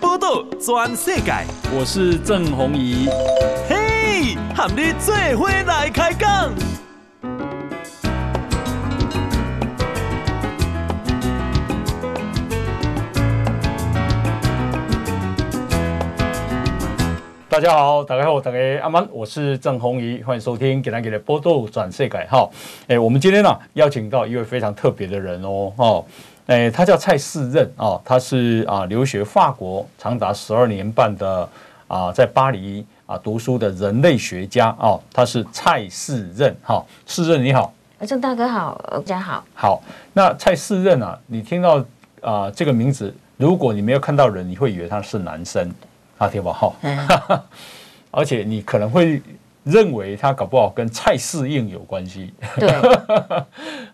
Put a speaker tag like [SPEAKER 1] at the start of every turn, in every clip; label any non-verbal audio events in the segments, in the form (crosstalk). [SPEAKER 1] 好，全世界
[SPEAKER 2] 我是郑红怡。
[SPEAKER 1] 嘿，和你做伙来开讲。
[SPEAKER 2] 大家好，大家好，大家阿曼，我是郑红怡，欢迎收听《给大家的波多转世改》哈。哎，我们今天呢、邀请到一位非常特别的人哦哦，哎，他叫蔡世任哦，他是啊留学法国长达十二年半的啊在巴黎啊读书的人类学家哦，他是蔡世任哈、世任你好。
[SPEAKER 3] 呃郑大哥好，呃大家好。
[SPEAKER 2] 好，那蔡世任啊，你听到啊、这个名字，如果你没有看到人，你会以为他是男生，啊，对吧？哈、
[SPEAKER 3] 嗯，
[SPEAKER 2] (laughs) 而且你可能会认为他搞不好跟蔡适应有关系。
[SPEAKER 3] 对，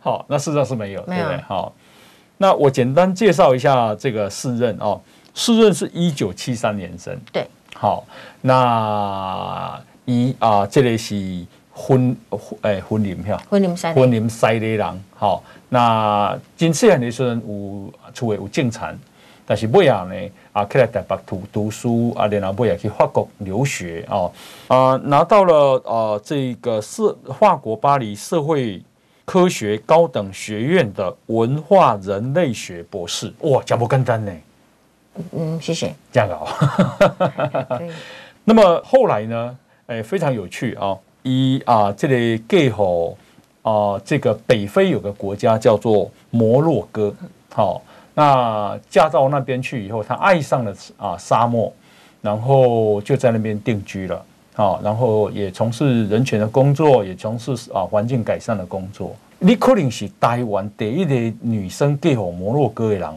[SPEAKER 2] 好，那事实上是没有，
[SPEAKER 3] 没
[SPEAKER 2] 对
[SPEAKER 3] 有
[SPEAKER 2] 不对？好，那我简单介绍一下这个世任哦，世任是一九七三年生。
[SPEAKER 3] 对，
[SPEAKER 2] 好，那一啊、这里是婚诶婚龄票。
[SPEAKER 3] 婚礼三
[SPEAKER 2] 婚龄西里人，吼、那真细汉的时阵有厝诶有种田，但是尾后呢，啊，起来台北读读书，啊，然后尾后去法国留学，哦，啊、拿到了呃这个社法国巴黎社会科学高等学院的文化人类学博士，哇，真不简单呢，
[SPEAKER 3] 嗯，谢谢。
[SPEAKER 2] 这样啊搞。
[SPEAKER 3] 对，
[SPEAKER 2] 那么后来呢？哎，非常有趣啊！一啊，这里给吼啊，这个北非有个国家叫做摩洛哥，好、那嫁到那边去以后，她爱上了啊沙漠，然后就在那边定居了，好、然后也从事人权的工作，也从事啊环境改善的工作。你可能是台湾第一个女生嫁给摩洛哥的人哦，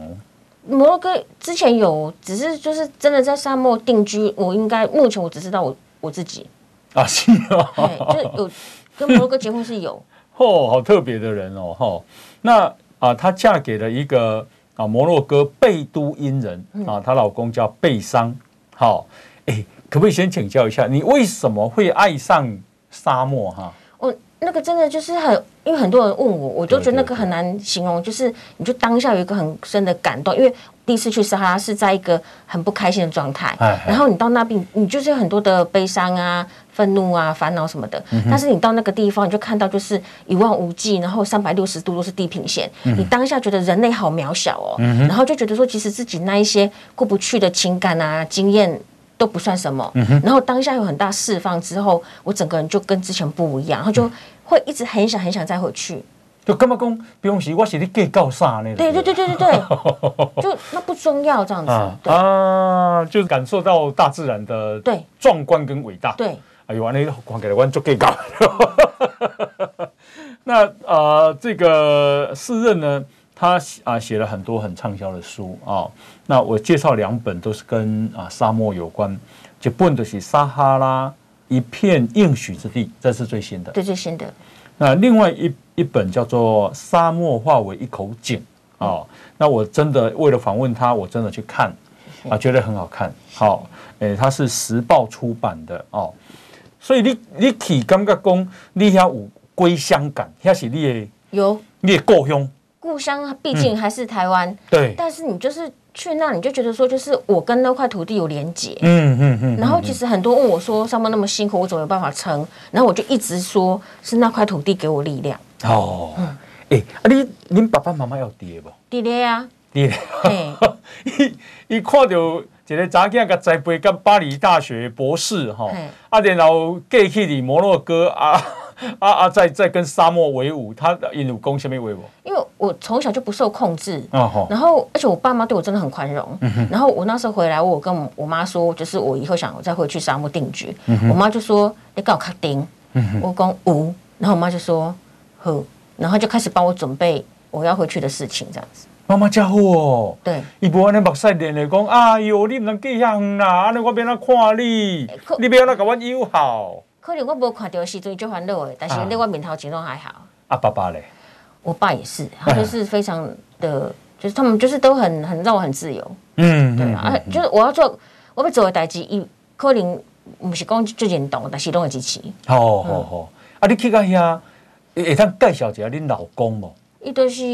[SPEAKER 3] 摩洛哥之前有，只是就是真的在沙漠定居。我应该目前我只知道我我自己，
[SPEAKER 2] 啊是哦。
[SPEAKER 3] 嘿就是有跟摩洛哥结婚是有。
[SPEAKER 2] 哦，好特别的人哦，哈、那啊，她嫁给了一个啊摩洛哥贝都因人
[SPEAKER 3] 嗯
[SPEAKER 2] 啊，她老公叫贝桑。好、哎、可不可以先请教一下，你为什么会爱上沙漠哈、
[SPEAKER 3] 我哦那个真的就是很，因为很多人问我，我都觉得那个很难形容，就是你就当下有一个很深的感动，因为第一次去撒哈拉是在一个很不开心的状态
[SPEAKER 2] 哎哎，
[SPEAKER 3] 然后你到那边，你就是有很多的悲伤啊、愤怒啊、烦恼什么的，
[SPEAKER 2] 嗯
[SPEAKER 3] 但是你到那个地方，你就看到就是一望无际，然后三百六十度都是地平线，
[SPEAKER 2] 嗯
[SPEAKER 3] 你当下觉得人类好渺小哦，然后就觉得说，其实自己那一些过不去的情感啊、经验。都不算什么。
[SPEAKER 2] 嗯
[SPEAKER 3] 然后当下有很大释放之后，我整个人就跟之前不一样，然
[SPEAKER 2] 嗯
[SPEAKER 3] 后就会一直很想很想再回去。
[SPEAKER 2] 就干嘛讲，比方说我是你嫁到啥呢？
[SPEAKER 3] 对对对对对对，就那不重要这样
[SPEAKER 2] 啊
[SPEAKER 3] 子。对
[SPEAKER 2] 啊，就是感受到大自然的
[SPEAKER 3] 对
[SPEAKER 2] 壮观跟伟大。
[SPEAKER 3] 对，
[SPEAKER 2] 哎呦，安尼看起来阮足计较。 (laughs) 那呃，这个世任呢，他啊写了很多很畅销的书啊、那我介绍两本都是跟啊沙漠有关，一本就是《撒哈拉一片应许之地》，这是最新的。
[SPEAKER 3] 对最新的
[SPEAKER 2] 那另外一一本叫做《沙漠化为一口井》哦，那我真的为了访问他，我真的去看啊，觉得很好看。好、诶、它是时报出版的哦，所以你你去感觉讲你遐有归乡感，遐是你的
[SPEAKER 3] 有
[SPEAKER 2] 你的故乡，
[SPEAKER 3] 故乡，毕竟还是台湾，
[SPEAKER 2] 嗯对，
[SPEAKER 3] 但是你就是去那，你就觉得说，就是我跟那块土地有连结。
[SPEAKER 2] 嗯嗯嗯，
[SPEAKER 3] 然后其实很多问我说，上班那么辛苦，我怎么有办法撑？然后我就一直说是那块土地给我力量，
[SPEAKER 2] 哦，诶、啊你恁爸爸妈妈有伫无？
[SPEAKER 3] 弟弟
[SPEAKER 2] (laughs)
[SPEAKER 3] 啊，
[SPEAKER 2] 伫咧。 (laughs)
[SPEAKER 3] 嘿，
[SPEAKER 2] 伊伊看到一个查囝甲栽培甲巴黎大学博士吼
[SPEAKER 3] 嘿，
[SPEAKER 2] 啊，然后过去伫摩洛哥啊啊啊，再再跟沙漠为伍，他因有讲什么话无？
[SPEAKER 3] 因为我从小就不受控制，
[SPEAKER 2] 啊吼，
[SPEAKER 3] 然后，而且我爸妈对我真的很宽容。
[SPEAKER 2] 嗯
[SPEAKER 3] 然后我那时候回来，我有跟我我妈说，就是我以后想再回去沙漠定居。
[SPEAKER 2] 嗯
[SPEAKER 3] 我妈就说：“你搞卡丁。”我讲无，然后我妈就说：“好。”然后就开始帮我准备我要回去的事情，这样子。
[SPEAKER 2] 妈妈真好哦。
[SPEAKER 3] 对，
[SPEAKER 2] 伊无安尼目屎连连讲，哎哟，你毋通嫁遐远啦，安尼我要安怎看你
[SPEAKER 3] 可？
[SPEAKER 2] 你要安怎甲阮友好？
[SPEAKER 3] 可能我无看到的时阵就烦恼诶，但是
[SPEAKER 2] 啊
[SPEAKER 3] 在我面头前都还好。
[SPEAKER 2] 啊，爸爸咧，
[SPEAKER 3] 我爸也是，他
[SPEAKER 2] 哎
[SPEAKER 3] 就是非常的，就是他们就是都很很让我很自由。
[SPEAKER 2] 嗯，
[SPEAKER 3] 对啊，啊就是我要做我要做的代志，伊可能不是讲最简单，但是拢会支持。
[SPEAKER 2] 好好好，啊，你去到遐，会会当介绍一下恁老公无？
[SPEAKER 3] 伊都是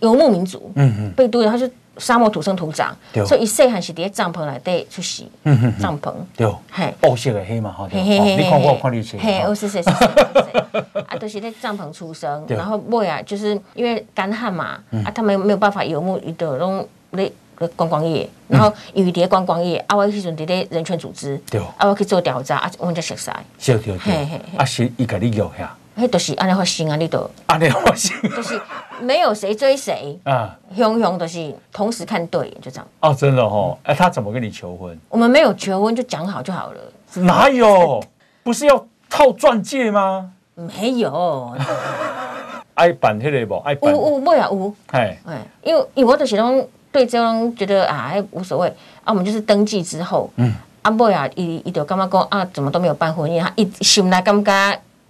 [SPEAKER 3] 游牧民族，嗯嗯，贝都人，他就沙漠土生土长
[SPEAKER 2] 对，
[SPEAKER 3] 所以伊细汉是伫咧帐篷内底出世，帐篷，
[SPEAKER 2] 嗯对，
[SPEAKER 3] 嘿。
[SPEAKER 2] 乌色的黑嘛，吼，对
[SPEAKER 3] 嘿嘿
[SPEAKER 2] 哦
[SPEAKER 3] 嘿嘿，
[SPEAKER 2] 你看我，我看你色，
[SPEAKER 3] 嘿，
[SPEAKER 2] 吼
[SPEAKER 3] 哦，是是是是，
[SPEAKER 2] (laughs)
[SPEAKER 3] 是啊，都是在帐篷出生，
[SPEAKER 2] 对嗯
[SPEAKER 3] 然后尾啊，就是因为干旱嘛，啊，他们没有办法游牧，伊就拢咧咧观光业，然后伊伫咧观光业，啊，我迄阵伫咧人权组织，
[SPEAKER 2] 嗯对
[SPEAKER 3] 啊，我去做调查，啊，阮才熟悉，
[SPEAKER 2] 对对
[SPEAKER 3] 嘿
[SPEAKER 2] 对
[SPEAKER 3] 嘿，
[SPEAKER 2] 啊是伊甲你约遐，
[SPEAKER 3] 迄都是安尼发生啊，你都
[SPEAKER 2] (laughs) 安尼我是
[SPEAKER 3] 就是没有谁追谁，
[SPEAKER 2] 啊，
[SPEAKER 3] 汹汹都是同时看对眼，就这样。
[SPEAKER 2] 哦，真的吼，哎，他怎么跟你求婚？
[SPEAKER 3] 我们没有求婚就讲好就好了，
[SPEAKER 2] 哪有？不是要套钻戒吗？
[SPEAKER 3] 没有，
[SPEAKER 2] 爱办迄个无？爱
[SPEAKER 3] 有
[SPEAKER 2] 办，
[SPEAKER 3] 有尾啊有，
[SPEAKER 2] 嘿，
[SPEAKER 3] 哎，因为因为我就是拢对这种觉得啊，哎无所谓啊，我们就是登记之后，嗯，啊尾啊，伊伊就感觉讲啊，怎么都没有办婚宴，他一心内感觉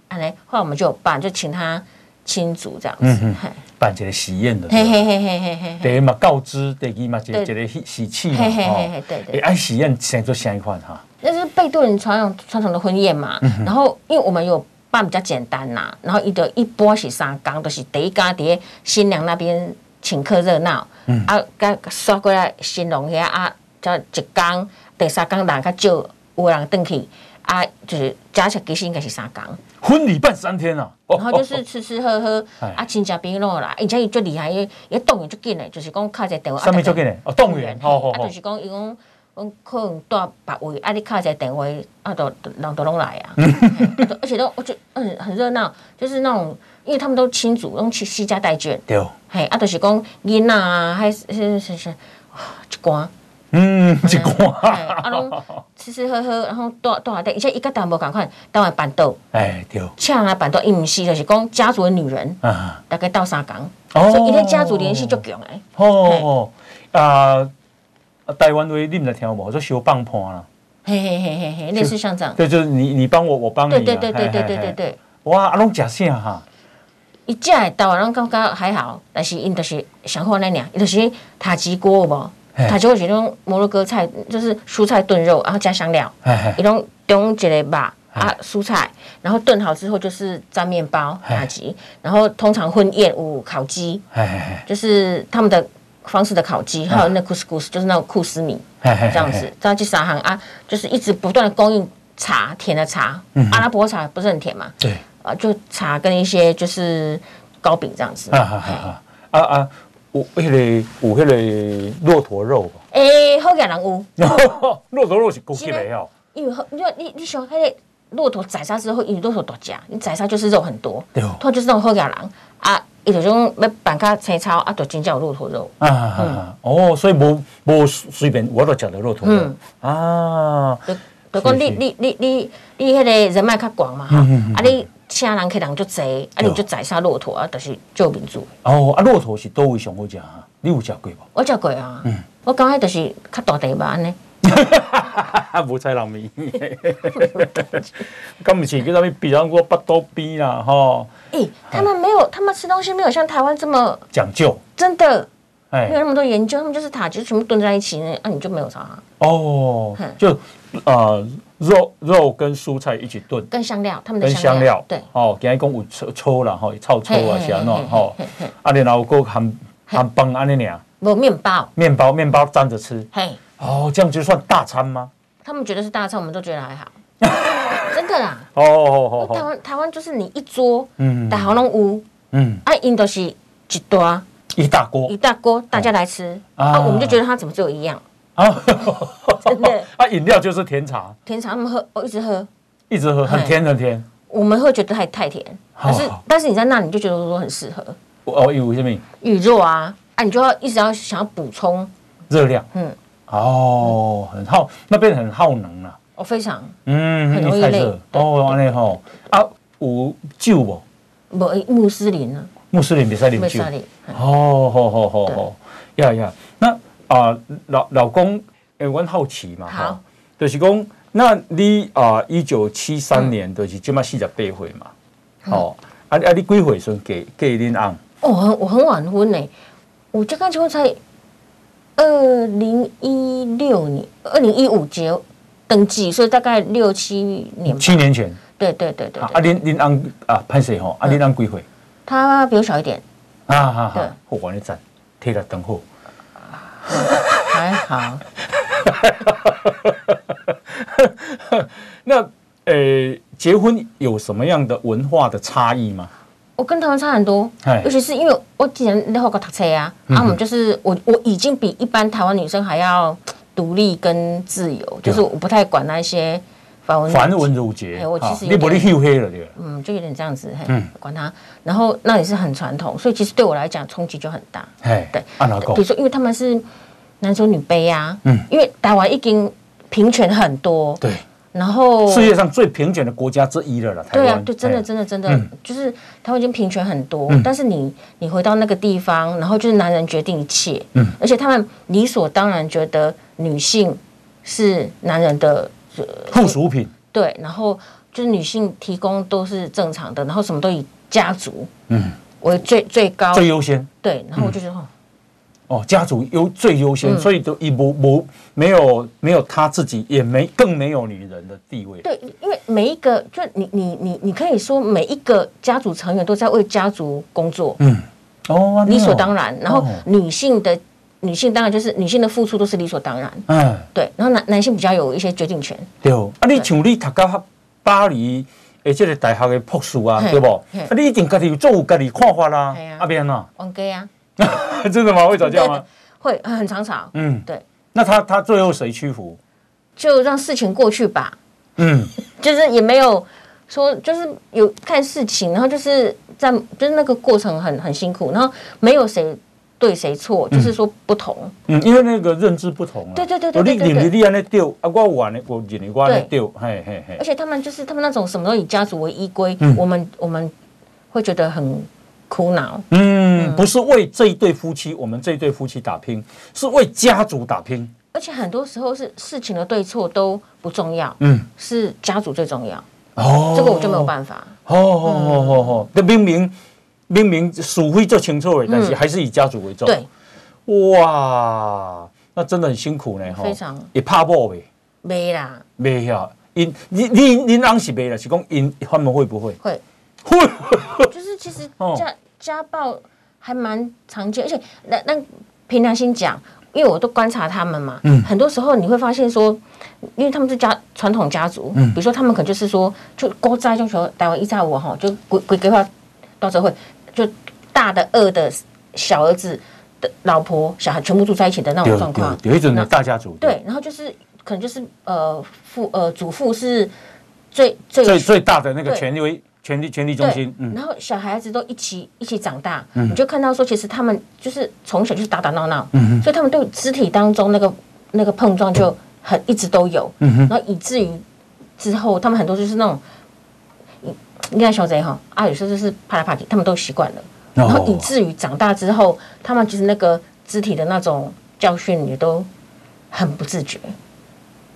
[SPEAKER 3] 安尼，后来我们就有办，就请他亲族这样子，嘿
[SPEAKER 2] 办一个喜宴的，
[SPEAKER 3] 嘿嘿嘿嘿嘿嘿嘿，
[SPEAKER 2] 第一嘛告知，第二嘛一个
[SPEAKER 3] 对
[SPEAKER 2] 一个喜喜气嘛，
[SPEAKER 3] 嘿嘿嘿
[SPEAKER 2] 吼
[SPEAKER 3] 嘿，对
[SPEAKER 2] 哎，
[SPEAKER 3] 对，
[SPEAKER 2] 啊喜宴先做啥一款哈？
[SPEAKER 3] 那是贝多人传统传统的婚宴
[SPEAKER 2] 嗯
[SPEAKER 3] 嘛，然后因为我们有。办比较简单呐、然后伊就一波是三工，就是第一家伫新娘那边请客热闹，
[SPEAKER 2] 嗯
[SPEAKER 3] 啊，甲刷过来新郎遐啊，则一工，第三工人较少，有人转去，啊，就是加起来其实应该是三工，
[SPEAKER 2] 婚礼办三天啊，哦
[SPEAKER 3] 然后就是吃吃喝喝，
[SPEAKER 2] 哎
[SPEAKER 3] 啊，亲戚朋友拢有来，而且伊最厉害，伊伊动员足紧的，就是讲敲一个电话，啊
[SPEAKER 2] 上面
[SPEAKER 3] 大
[SPEAKER 2] 就
[SPEAKER 3] 家
[SPEAKER 2] 给你哦，动员，好好
[SPEAKER 3] 啊，
[SPEAKER 2] 好
[SPEAKER 3] 就，是讲伊讲，讲可能带别位，啊，你敲一个电话，啊，都人都拢来
[SPEAKER 2] (laughs)
[SPEAKER 3] 啊，嘿啊就而且都我就嗯很热闹，就是那种，因为他们都亲族，拢去西家带眷，
[SPEAKER 2] 对，
[SPEAKER 3] 嘿，啊，就是讲囡仔啊，还是是是是，哇，一寡，
[SPEAKER 2] 嗯， (laughs) 一
[SPEAKER 3] 嘿，
[SPEAKER 2] 看，
[SPEAKER 3] 啊，拢吃吃喝喝，然后带带下底，而且伊甲台无共款，台湾板凳，
[SPEAKER 2] 哎，对，
[SPEAKER 3] 请人来板凳，伊毋是，就是讲家族的女人，
[SPEAKER 2] 啊，
[SPEAKER 3] 大概斗相共，
[SPEAKER 2] 哦
[SPEAKER 3] 所以伊咧家族联系足强诶，
[SPEAKER 2] 哦，啊，台湾话你们听有无？说小棒判
[SPEAKER 3] 啊
[SPEAKER 2] 啦，
[SPEAKER 3] 嘿嘿嘿嘿嘿，类似像这样，
[SPEAKER 2] 对，就是你你帮我，我帮你，啊
[SPEAKER 3] 对对对对对对对，对。
[SPEAKER 2] 哇，啊，拢假啥哈？
[SPEAKER 3] 伊食的台湾人感觉还好，但是因就是想法那俩，伊就是塔吉锅有无？
[SPEAKER 2] 嘿
[SPEAKER 3] 塔吉锅是那种摩洛哥菜，就是蔬菜炖肉，然后加香料，
[SPEAKER 2] 哎
[SPEAKER 3] 伊拢中一个肉啊蔬菜，然后炖好之后就是蘸面包
[SPEAKER 2] 嘿
[SPEAKER 3] 塔吉，然后通常婚宴有烤鸡，
[SPEAKER 2] 哎
[SPEAKER 3] 就是他们的方式的烤鸡，还有那 couscous 就是那种库斯米
[SPEAKER 2] 哎
[SPEAKER 3] 这样子，，这样去撒行啊，就是一直不断的供应茶，甜的茶，
[SPEAKER 2] 嗯
[SPEAKER 3] 阿拉伯茶不是很甜嘛，
[SPEAKER 2] 对，
[SPEAKER 3] 啊，就茶跟一些就是糕饼这样子。
[SPEAKER 2] 啊啊啊啊，有迄个有迄个骆驼肉吧？ (laughs)
[SPEAKER 3] 诶、好野人有，
[SPEAKER 2] 骆驼肉是高级的哦，
[SPEAKER 3] 因为好你你你想迄个骆驼宰杀之后，因为骆驼大只，啊你宰杀就是肉很多，
[SPEAKER 2] 对哦
[SPEAKER 3] 它就是那种好野人啊，伊就是讲要办甲青草啊，就真正有骆驼肉。
[SPEAKER 2] 啊啊哦，所以无无随便我都食到骆驼肉
[SPEAKER 3] 嗯
[SPEAKER 2] 啊，
[SPEAKER 3] 就就讲你
[SPEAKER 2] 是嗯
[SPEAKER 3] 你你你你迄个人脉较广嘛哈，啊你请人客人就济，啊
[SPEAKER 2] 对
[SPEAKER 3] 你就宰杀骆驼啊，就是救民族。
[SPEAKER 2] 哦啊，骆驼是倒位上好食啊？你有食过无？
[SPEAKER 3] 我食过啊，
[SPEAKER 2] 嗯
[SPEAKER 3] 我感觉就是较大地吧安尼，
[SPEAKER 2] 啊， (laughs) 无采人面，咁毋是叫啥物？比方说腹肚边啦，吼，
[SPEAKER 3] 诶、他们没有，他们吃东西没有像台湾这么
[SPEAKER 2] 讲究，
[SPEAKER 3] 真的。没有
[SPEAKER 2] 哎，
[SPEAKER 3] 那么多研究，他们就是塔，就是全部蹲在一起，那、啊、你就没有啥，
[SPEAKER 2] 哦
[SPEAKER 3] 嗯，
[SPEAKER 2] 就呃肉肉跟蔬菜一起炖，
[SPEAKER 3] 跟香料，他们的
[SPEAKER 2] 跟香料，
[SPEAKER 3] 对，
[SPEAKER 2] 哦，今日讲有抽抽啦，吼，臭抽啊，是安怎吼
[SPEAKER 3] 嘿嘿嘿嘿嘿，
[SPEAKER 2] 啊，然后搁含含饭安尼尔，
[SPEAKER 3] 没有面包，
[SPEAKER 2] 面包面包沾着吃，
[SPEAKER 3] 嘿，
[SPEAKER 2] 哦，这样就算大餐吗？
[SPEAKER 3] 他们觉得是大餐，我们都觉
[SPEAKER 2] (laughs)
[SPEAKER 3] 得还好，真的啦。
[SPEAKER 2] 哦哦哦
[SPEAKER 3] 台
[SPEAKER 2] 哦，
[SPEAKER 3] 湾台湾就是你一桌，
[SPEAKER 2] 嗯
[SPEAKER 3] 大豪龙屋，
[SPEAKER 2] 嗯，
[SPEAKER 3] 啊，印度是一大
[SPEAKER 2] 一大锅
[SPEAKER 3] 一大锅，大家来吃，
[SPEAKER 2] 啊
[SPEAKER 3] 啊，我们就觉得它怎么只有一样，
[SPEAKER 2] 啊，
[SPEAKER 3] 真的
[SPEAKER 2] (laughs) 啊，饮料就是甜茶，
[SPEAKER 3] 甜茶他们喝，哦我一直喝，
[SPEAKER 2] 一直喝，很
[SPEAKER 3] 哎
[SPEAKER 2] 甜很甜。
[SPEAKER 3] 我们会觉得太太甜，
[SPEAKER 2] 好
[SPEAKER 3] 但是
[SPEAKER 2] 哦好
[SPEAKER 3] 但是你在那里就觉得说很适合
[SPEAKER 2] 哦，有什么
[SPEAKER 3] 玉肉啊，啊，你就要一直要想要补充，
[SPEAKER 2] 热量？
[SPEAKER 3] 嗯，
[SPEAKER 2] 哦，很耗，那边很耗能啦。
[SPEAKER 3] 我哦非常
[SPEAKER 2] 嗯，
[SPEAKER 3] 很容易
[SPEAKER 2] 太
[SPEAKER 3] 累
[SPEAKER 2] 热。
[SPEAKER 3] 对
[SPEAKER 2] 哦，安尼吼，啊，有酒无？
[SPEAKER 3] 不穆斯林啊，
[SPEAKER 2] 穆斯林比赛啉
[SPEAKER 3] 穆
[SPEAKER 2] 酒
[SPEAKER 3] 斯。林。
[SPEAKER 2] 哦，好好好
[SPEAKER 3] 对
[SPEAKER 2] 好，呀呀，那啊、老老公，诶、我很好奇嘛，
[SPEAKER 3] 好
[SPEAKER 2] 吼，就是讲，那你啊，一九七三年就是即马四十八岁嘛，
[SPEAKER 3] 嗯
[SPEAKER 2] 吼、啊啊，你几岁时阵嫁嫁恁翁？
[SPEAKER 3] 哦，我很我很晚婚呢，我这个结婚才二零一六年，二零一五结登记，所以大概六七年吧。嗯
[SPEAKER 2] 七年前，
[SPEAKER 3] 对对对对
[SPEAKER 2] 啊，啊
[SPEAKER 3] 对，
[SPEAKER 2] 恁恁翁啊，歹势吼，啊，恁翁几岁？
[SPEAKER 3] 他比我小一点，
[SPEAKER 2] 啊哈哈
[SPEAKER 3] 嗯对，
[SPEAKER 2] 好，我你赞，体力当好，
[SPEAKER 4] 还好，
[SPEAKER 2] 那呃，结婚有什么样的文化的差异吗？
[SPEAKER 3] 我跟台湾差很多
[SPEAKER 2] 哎，
[SPEAKER 3] 尤其是因为我之前在外国读册啊，啊，我们就是我我已经比一般台湾女生还要独立跟自由，就是我不太管那些繁文
[SPEAKER 2] 繁文缛节
[SPEAKER 3] 嗯哎我，其
[SPEAKER 2] 好
[SPEAKER 3] 实有
[SPEAKER 2] 你不你休黑了对吧？
[SPEAKER 3] 嗯，就有点这样子，嘿
[SPEAKER 2] 嗯
[SPEAKER 3] 管他。然后那也是很传统，所以其实对我来讲冲击就很大。
[SPEAKER 2] 哎
[SPEAKER 3] 对，
[SPEAKER 2] 按哪
[SPEAKER 3] 比如
[SPEAKER 2] 讲？
[SPEAKER 3] 说，因为他们是男尊女卑啊，
[SPEAKER 2] 嗯
[SPEAKER 3] 因为台湾已经平权很多，
[SPEAKER 2] 对，
[SPEAKER 3] 然后
[SPEAKER 2] 世界上最平权的国家之一了啦，台
[SPEAKER 3] 对啊
[SPEAKER 2] 湾。，
[SPEAKER 3] 对，真的
[SPEAKER 2] 哎
[SPEAKER 3] 真的真的，
[SPEAKER 2] 嗯
[SPEAKER 3] 就是台湾已经平权很多，但是你你回到那个地方，然后就是男人决定一切，
[SPEAKER 2] 嗯
[SPEAKER 3] 而且他们理所当然觉得女性是男人的呃
[SPEAKER 2] 附属品。
[SPEAKER 3] 对，然后就是女性提供都是正常的，然后什么都以家族
[SPEAKER 2] 嗯，
[SPEAKER 3] 为最最高，
[SPEAKER 2] 最优先
[SPEAKER 3] 对，然后我就觉得、哦，
[SPEAKER 2] 哦，家族优最优
[SPEAKER 3] 嗯
[SPEAKER 2] 先，所以都一不不没有没有他自己，也没更没有女人的地位。
[SPEAKER 3] 对，因为每一个就你你你你可以说每一个家族成员都在为家族工作，
[SPEAKER 2] 嗯，哦，
[SPEAKER 3] 理所当然，然后
[SPEAKER 2] 哦
[SPEAKER 3] 女性的。女性当然就是女性的付出都是理所当然，
[SPEAKER 2] 嗯，
[SPEAKER 3] 对，然后男男性比较有一些决定权，
[SPEAKER 2] 对，啊，你像你读到巴黎诶，这个大学的博士啊，
[SPEAKER 3] 嘿
[SPEAKER 2] 对不？
[SPEAKER 3] 嘿
[SPEAKER 2] 啊，你一定家己有做有家己看法啦
[SPEAKER 3] 嘿啊，
[SPEAKER 2] 啊，边啊，
[SPEAKER 3] 王哥啊，
[SPEAKER 2] (laughs) 真的吗？会吵架
[SPEAKER 3] 对
[SPEAKER 2] 吗？，
[SPEAKER 3] 会很常吵，
[SPEAKER 2] 啊嗯，
[SPEAKER 3] 对，
[SPEAKER 2] 那他他最后谁屈服？
[SPEAKER 3] 就让事情过去吧，
[SPEAKER 2] 嗯，
[SPEAKER 3] 就是也没有说，就是有看事情，然后就是在就是那个过程很很辛苦，然后没有谁对谁错，就是说不同，
[SPEAKER 2] 嗯，因为那个认知不同啊。
[SPEAKER 3] 对对对对
[SPEAKER 2] 我
[SPEAKER 3] 对
[SPEAKER 2] 你
[SPEAKER 3] 对
[SPEAKER 2] 认为
[SPEAKER 3] 对
[SPEAKER 2] 你安尼对，啊，我有安尼，我认为我安尼对，嘿嘿
[SPEAKER 3] 而
[SPEAKER 2] 嘿。
[SPEAKER 3] 且他们就是他们那种什么都以家族为依归，
[SPEAKER 2] 嗯
[SPEAKER 3] 我们我们会觉得很苦恼，
[SPEAKER 2] 嗯，不是为这一对夫妻，我们这一对夫妻打拼，是为家族打拼。
[SPEAKER 3] 而且很多时候是事情的对错都不重要，
[SPEAKER 2] 嗯，
[SPEAKER 3] 是家族最重要，
[SPEAKER 2] 哦，
[SPEAKER 3] 这个我就没有办法。
[SPEAKER 2] 法。哦哦哦哦哦，那明明明明属非做清楚的，但是还是以家族为重。
[SPEAKER 3] 嗯对，
[SPEAKER 2] 哇，那真的很辛苦呢，吼
[SPEAKER 3] 非常
[SPEAKER 2] 也怕爆呗，
[SPEAKER 3] 没啦，
[SPEAKER 2] 没啊，因你你你当是没了，是讲因他们会不会
[SPEAKER 3] 会
[SPEAKER 2] 会？
[SPEAKER 3] 哦就是其实
[SPEAKER 2] 哦
[SPEAKER 3] 家家暴还蛮常见，而且那那凭良心讲，因为我都观察他们嘛，
[SPEAKER 2] 嗯
[SPEAKER 3] 很多时候你会发现说，因为他们是家传统家族，
[SPEAKER 2] 嗯
[SPEAKER 3] 比如说他们可能就是说，就古仔就说台湾一炸我哈，就鬼鬼鬼话到时候会就大的二的小儿子的老婆小孩全部住在一起的那种状况，
[SPEAKER 2] 有一种
[SPEAKER 3] 那
[SPEAKER 2] 大家族，
[SPEAKER 3] 对，然后就是可能就是呃父呃祖父是最最
[SPEAKER 2] 最最大的那个
[SPEAKER 3] 对
[SPEAKER 2] 权力权力权力中
[SPEAKER 3] 对，
[SPEAKER 2] 心，嗯
[SPEAKER 3] 然后小孩子都一起一起长大，你就看到说，其实他们就是从小就是打打闹闹，
[SPEAKER 2] 嗯哼
[SPEAKER 3] 所以他们对肢体当中那个那个碰撞就很一直都有，
[SPEAKER 2] 嗯哼
[SPEAKER 3] 然后以至于之后他们很多就是那种，你你看小贼哈啊，有时候就是啪来啪去，他们都习惯了，
[SPEAKER 2] 哦
[SPEAKER 3] 然后以至于长大之后，他们其实那个肢体的那种教训也都很不自觉，
[SPEAKER 2] 嗯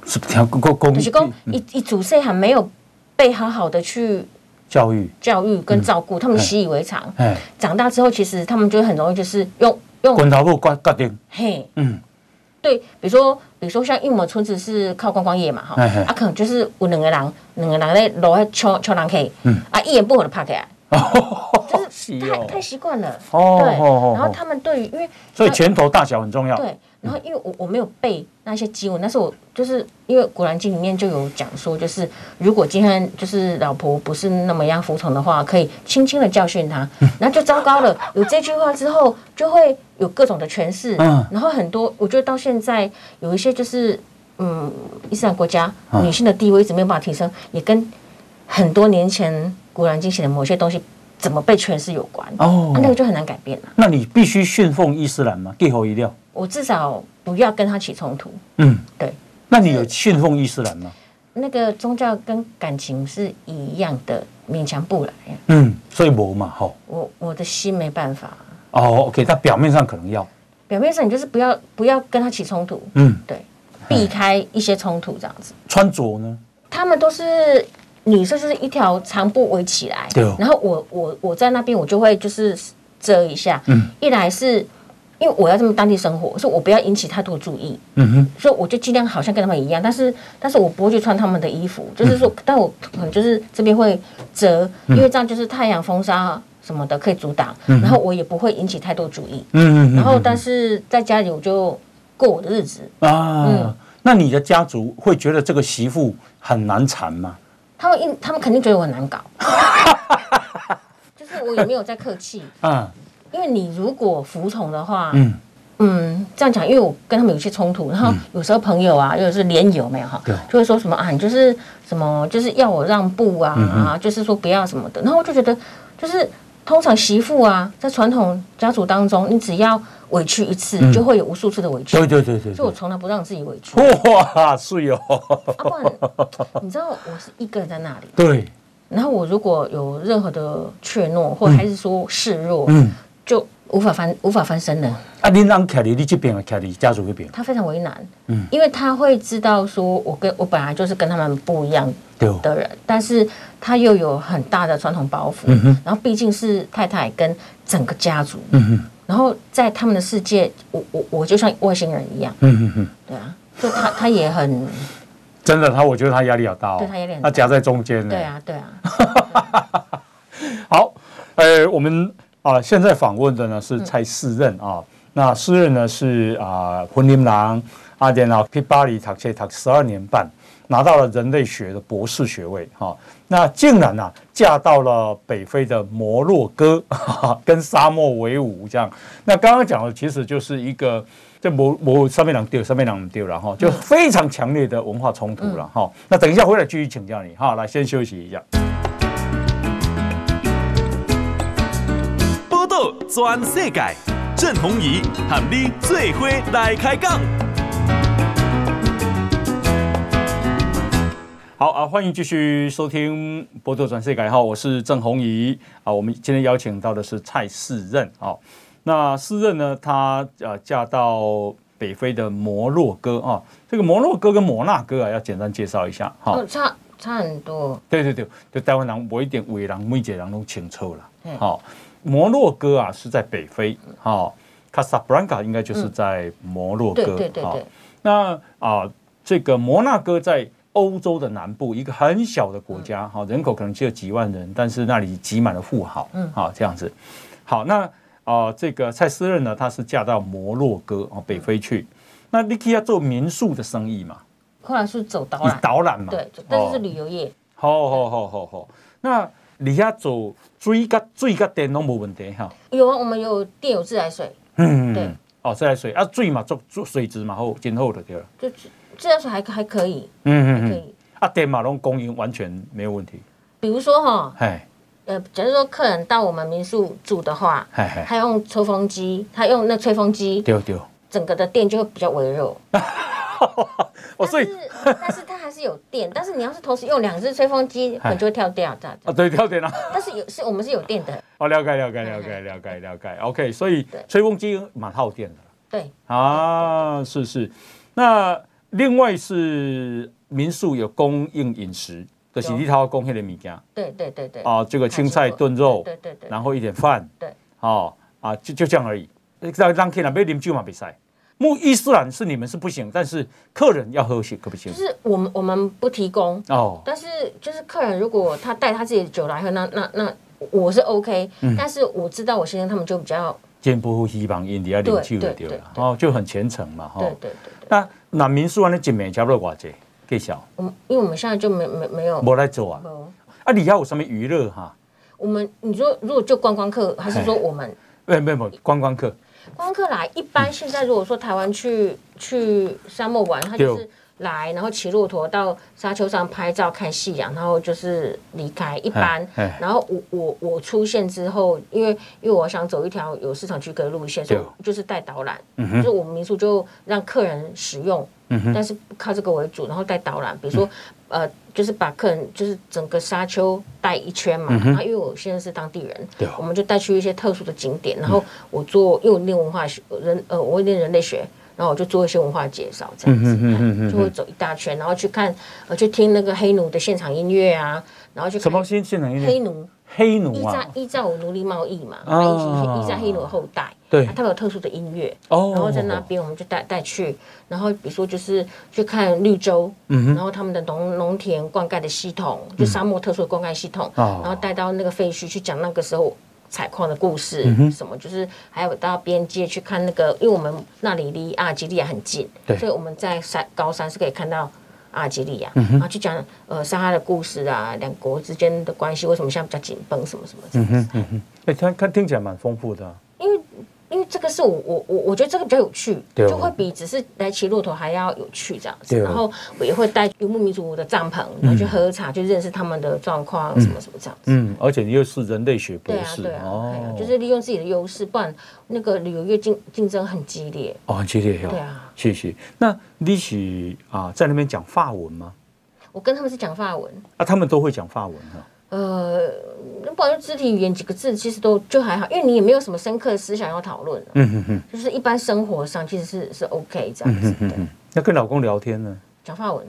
[SPEAKER 2] 是听公公
[SPEAKER 3] 就是讲
[SPEAKER 2] 嗯
[SPEAKER 3] 一一祖辈还没有被好好的去
[SPEAKER 2] 教育，
[SPEAKER 3] 教育跟照顾，他们习以为常。
[SPEAKER 2] 嗯哎，
[SPEAKER 3] 长大之后，其实他们就很容易就是用用
[SPEAKER 2] 滚头路决决定，
[SPEAKER 3] 嘿，
[SPEAKER 2] 嗯，
[SPEAKER 3] 对，比如说比如说像因为我们村子是靠观光业嘛哈，
[SPEAKER 2] 嘿嘿
[SPEAKER 3] 啊可能就是有两个人，两个人在楼下敲敲人客，
[SPEAKER 2] 嗯
[SPEAKER 3] 啊一言不合就拍起来，就是
[SPEAKER 2] (laughs) 是
[SPEAKER 3] 太
[SPEAKER 2] 哦
[SPEAKER 3] 太习惯了，
[SPEAKER 2] 哦
[SPEAKER 3] 对，
[SPEAKER 2] 哦哦
[SPEAKER 3] 然后
[SPEAKER 2] 哦
[SPEAKER 3] 他们对于因为
[SPEAKER 2] 所以拳头大小很重要，
[SPEAKER 3] 对，然后因为我我没有背那些经文，但是我就是因为《古兰经》里面就有讲说，就是如果今天就是老婆不是那么样服从的话，可以轻轻的教训她，
[SPEAKER 2] 嗯
[SPEAKER 3] 然后就糟糕了。有这句话之后，就会有各种的诠释，
[SPEAKER 2] 嗯
[SPEAKER 3] 然后很多我觉得到现在有一些就是嗯，伊斯兰国家
[SPEAKER 2] 嗯
[SPEAKER 3] 女性的地位一直没有办法提升，也跟很多年前《古兰经》写的某些东西怎么被诠释有关，
[SPEAKER 2] 哦
[SPEAKER 3] 啊那个就很难改变了。
[SPEAKER 2] 那你必须信奉伊斯兰吗？给侯一料，
[SPEAKER 3] 我至少不要跟他起冲突，
[SPEAKER 2] 嗯，
[SPEAKER 3] 对。
[SPEAKER 2] 那你有信奉伊斯兰吗？
[SPEAKER 3] 那个宗教跟感情是一样的，勉强不来。
[SPEAKER 2] 嗯，所以无嘛，吼。
[SPEAKER 3] 我我的心没办法，
[SPEAKER 2] 哦，OK，他表面上可能要，
[SPEAKER 3] 表面上你就是不要不要跟他起冲突，
[SPEAKER 2] 嗯，
[SPEAKER 3] 对，避开一些冲突这样子。
[SPEAKER 2] 穿着呢，
[SPEAKER 3] 他们都是女生，就是一条长布围起来，
[SPEAKER 2] 对哦
[SPEAKER 3] 然后我我我在那边我就会就是遮一下，
[SPEAKER 2] 嗯
[SPEAKER 3] 一来是因为我要这么当地生活，所以我不要引起太多注意，
[SPEAKER 2] 嗯哼，
[SPEAKER 3] 所以我就尽量好像跟他们一样，但是但是我不会去穿他们的衣服，就是
[SPEAKER 2] 嗯
[SPEAKER 3] 说，但我可能就是这边会折，因为这样就是太阳风沙什么的可以阻挡，然后我也不会引起太多注意。
[SPEAKER 2] 嗯嗯嗯嗯，
[SPEAKER 3] 然后但是在家里我就嗯过我的日子。
[SPEAKER 5] 啊。那你的家族会觉得这个媳妇很难缠吗？
[SPEAKER 3] 他们一，他们肯定觉得我很难搞， (laughs) 就是我也没有在客气，
[SPEAKER 5] 啊，
[SPEAKER 3] 因为你如果服从的话，
[SPEAKER 5] 嗯，
[SPEAKER 3] 嗯，这样讲，因为我跟他们有些冲突，然后有时候朋友啊，又是连友没有哈
[SPEAKER 5] 对，
[SPEAKER 3] 就会说什么啊，你就是什么，就是要我让步啊，
[SPEAKER 5] 嗯
[SPEAKER 3] 啊就是说不要什么的，然后我就觉得，就是通常媳妇啊，在传统家族当中，你只要委屈一次，就会有无数次的委屈，
[SPEAKER 5] 嗯对对对对
[SPEAKER 3] 所以我
[SPEAKER 5] 对，
[SPEAKER 3] 从来不让自己委屈，
[SPEAKER 5] 哇，是哦哟，(laughs)
[SPEAKER 3] 啊，不然你知道我是一个人在那里，
[SPEAKER 5] 对，
[SPEAKER 3] 然后我如果有任何的怯懦，或还是说示弱，
[SPEAKER 5] 嗯，
[SPEAKER 3] 就无法翻无法翻身了。
[SPEAKER 5] 啊，你让凯莉你这边啊，凯莉家族那边，
[SPEAKER 3] 他非常为难，
[SPEAKER 2] 嗯
[SPEAKER 3] 因为他会知道说，我跟我本来就是跟他们不一样
[SPEAKER 5] 对哦，
[SPEAKER 3] 的人，但是他又有很大的传统包袱，
[SPEAKER 2] 嗯
[SPEAKER 3] 然后毕竟是太太跟整个家族，
[SPEAKER 2] 嗯
[SPEAKER 3] 然后在他们的世界，我我我就像外星人一样，
[SPEAKER 5] 嗯嗯嗯，
[SPEAKER 3] 对啊，就他他也很
[SPEAKER 5] 真的，他我觉得他压力好大哦，
[SPEAKER 3] 对他压力很
[SPEAKER 5] 他
[SPEAKER 3] 大
[SPEAKER 5] 夹在中间呢，
[SPEAKER 3] 对啊对啊，
[SPEAKER 2] 好，呃，我们啊、现在访问的呢是蔡世任啊，那世任呢是啊、婚林郎阿典啊，去巴黎读册读十二年半，拿到了人类学的博士学位哈、那竟然啊嫁到了北非的摩洛哥， (laughs) 哈哈跟沙漠为伍这样。那刚刚讲的其实就是一个。这摩摩上面两丢，上面两丢了哈，就非常强烈的文化冲突了哈、那等一下回来继续请教你哈，来先休息一下。
[SPEAKER 1] 报道全世界，郑鸿仪和你做伙来开讲。
[SPEAKER 2] 好啊，欢迎继续收听《博多转世改》哈，我是郑红怡啊。我们今天邀请到的是蔡世任啊、哦那世任呢，她呃嫁到北非的摩洛哥啊、这个摩洛哥跟摩纳哥啊，要简单介绍一下哈、
[SPEAKER 3] 哦差差很多，
[SPEAKER 2] 对对对，就台湾人我一点伟人每一个人都清楚啦。
[SPEAKER 3] 嗯
[SPEAKER 2] 好、摩洛哥啊是在北非，好、卡萨布兰卡应该就是在摩洛哥，
[SPEAKER 3] 嗯对对对
[SPEAKER 2] 好
[SPEAKER 3] 对，
[SPEAKER 2] 那啊、这个摩纳哥在欧洲的南部一个很小的国
[SPEAKER 3] 嗯
[SPEAKER 2] 家，哈、人口可能只有几万人，但是那里挤满了富豪，嗯，好、这样子。好，那啊、这个蔡思任呢，她是嫁到摩洛哥哦，北非去。
[SPEAKER 3] 嗯
[SPEAKER 2] 那 l i k i 要做民宿的生意嘛，
[SPEAKER 3] 后来是走导
[SPEAKER 2] 以
[SPEAKER 3] 览，
[SPEAKER 2] 导览嘛，
[SPEAKER 3] 对，但是是
[SPEAKER 2] 哦
[SPEAKER 3] 旅游业，
[SPEAKER 2] 好好好好好，那你遐做水甲水甲电拢无问题哈。
[SPEAKER 3] 有啊，我们有电有自来水，
[SPEAKER 5] 嗯，
[SPEAKER 3] 对，
[SPEAKER 2] 哦，自来水啊，水嘛做做水质嘛好，真好就对了。
[SPEAKER 3] 就自自来水还还可以，
[SPEAKER 2] 嗯
[SPEAKER 3] 可
[SPEAKER 2] 嗯嗯，
[SPEAKER 3] 以。
[SPEAKER 2] 啊电嘛拢供应完全没有问题。
[SPEAKER 3] 比如说哈，
[SPEAKER 2] 哎
[SPEAKER 3] 呃，假如说客人到我们民宿住的话，
[SPEAKER 2] 哎哎，
[SPEAKER 3] 他用抽风机，他用那吹风机，
[SPEAKER 2] 对对。
[SPEAKER 3] 整个的电就会比较微弱。
[SPEAKER 2] 哦，所以
[SPEAKER 3] 但是但是它还是有电，但是你要是同时用两只吹风机，
[SPEAKER 2] 哎
[SPEAKER 3] 可能就会跳掉这样子
[SPEAKER 2] 啊。对跳电啊，
[SPEAKER 3] 但是有是我们是有电的，
[SPEAKER 2] 哦了解了解了解了解了解，OK，所以
[SPEAKER 3] 嗯对
[SPEAKER 2] 吹风机蛮耗电的
[SPEAKER 3] 对，
[SPEAKER 2] 啊，是是。那另外是民宿有供应饮食，就是
[SPEAKER 3] 有
[SPEAKER 2] 你头供应的物件
[SPEAKER 3] 对对对对。
[SPEAKER 2] 啊，这个青菜炖肉，
[SPEAKER 3] 对对对。
[SPEAKER 2] 然后一点饭，
[SPEAKER 3] 对，
[SPEAKER 2] 哦啊，就就这样而已。让让客人别啉酒嘛，比赛。穆伊斯兰是你们是不行，但是客人要喝酒可不行
[SPEAKER 3] 就。是我们我们不提供，
[SPEAKER 2] 哦，
[SPEAKER 3] 但是就是客人如果他带他自己的酒来喝，那那那我是 OK，但是我知道我先生他们就比较
[SPEAKER 2] 见不希望因你要啉酒就对
[SPEAKER 3] 对对对
[SPEAKER 2] 了，哦，就很虔诚嘛，哈、
[SPEAKER 3] 对对对对。
[SPEAKER 2] 那那民宿安尼一暝差不多偌济，介绍，
[SPEAKER 3] 我们因为我们现在就没没没有
[SPEAKER 2] 无来做啊。
[SPEAKER 3] 没
[SPEAKER 2] 啊，你要有什么娱乐哈？
[SPEAKER 3] 我们你说如果就观光客，还是说
[SPEAKER 2] 哎
[SPEAKER 3] 我们
[SPEAKER 2] 没没没，观光客
[SPEAKER 3] 观光客来？一般现在如果说台湾去去沙漠玩，他就
[SPEAKER 2] 对
[SPEAKER 3] 是来，然后骑骆驼到沙丘上拍照看夕阳，然后就是离开。一般
[SPEAKER 2] 哎哎，
[SPEAKER 3] 然后我我我出现之后，因为因为我想走一条有市场区隔的路线，所以
[SPEAKER 2] 对嗯
[SPEAKER 3] 我就是带导览，就是我们民宿就让客人使用。但是不靠这个为主，然后带导览，比如说，
[SPEAKER 2] 嗯
[SPEAKER 3] 呃，就是把客人就是整个沙丘带一圈嘛。然后因为我现在是当地人
[SPEAKER 2] 嗯对哦，嗯
[SPEAKER 3] 我们就带去一些特殊的景点。然后我做，因为我念文化学，人呃，我念人类学，然后我就做一些文化介绍
[SPEAKER 2] 嗯
[SPEAKER 3] 这样子，就会走一大圈，然后去看，呃，去听那个黑奴的现场音乐啊，然后去
[SPEAKER 2] 什
[SPEAKER 3] 看
[SPEAKER 2] 么新现场音
[SPEAKER 3] 黑
[SPEAKER 2] 乐？
[SPEAKER 3] 奴。
[SPEAKER 2] 黑奴
[SPEAKER 3] 依
[SPEAKER 2] 啊
[SPEAKER 3] 照，依照我奴隶贸易嘛，
[SPEAKER 2] 啊
[SPEAKER 3] 依依照黑奴的后代，
[SPEAKER 2] 对
[SPEAKER 3] 啊他们有特殊的音乐，
[SPEAKER 2] 哦
[SPEAKER 3] 然后在那边我们就带带去，然后比如说就是去看绿洲，
[SPEAKER 2] 嗯
[SPEAKER 3] 然后他们的农农田灌溉的系统，就沙漠特殊的灌溉系统，
[SPEAKER 2] 哦
[SPEAKER 3] 然后带到那个废墟去讲那个时候采矿的故事，
[SPEAKER 2] 嗯
[SPEAKER 3] 什么就是还有到边界去看那个，因为我们那里离阿尔及利亚很近，
[SPEAKER 2] 对
[SPEAKER 3] 所以我们在山高山是可以看到。阿尔及利
[SPEAKER 2] 嗯
[SPEAKER 3] 亚，然后去讲呃沙哈的故事啊，两国之间的关系为什么现在比较紧绷，什么什么什么之类的。
[SPEAKER 2] 哎，看看听起来蛮丰富的啊、
[SPEAKER 3] 因为因为这个是我我我我觉得这个比较有趣，
[SPEAKER 2] 对哦
[SPEAKER 3] 就会比只是来骑骆驼还要有趣这样子。
[SPEAKER 2] 对哦
[SPEAKER 3] 然后我也会带游牧民族的帐篷，然后去喝茶，去认识他们的状况，什么什么这样子。
[SPEAKER 2] 嗯，而且你又是人类学博
[SPEAKER 3] 对啊，
[SPEAKER 2] 士
[SPEAKER 3] 对啊，哎呀
[SPEAKER 2] 哦，
[SPEAKER 3] 就是利用自己的优势，不然那个旅游业竞竞争很激烈。
[SPEAKER 2] 哦，很激烈哦，
[SPEAKER 3] 对啊
[SPEAKER 2] 谢谢。那你是啊，在那边讲法文吗？
[SPEAKER 3] 我跟他们是讲法文，
[SPEAKER 2] 啊，他们都会讲法文哈、
[SPEAKER 3] 呃，那不然就肢体语言几个字，其实都就还好，因为你也没有什么深刻的思想要讨论、啊
[SPEAKER 2] 嗯哼哼，
[SPEAKER 3] 就是一般生活上其实是是 OK 这样子。
[SPEAKER 2] 嗯
[SPEAKER 3] 对，
[SPEAKER 2] 那跟老公聊天呢？
[SPEAKER 3] 讲法文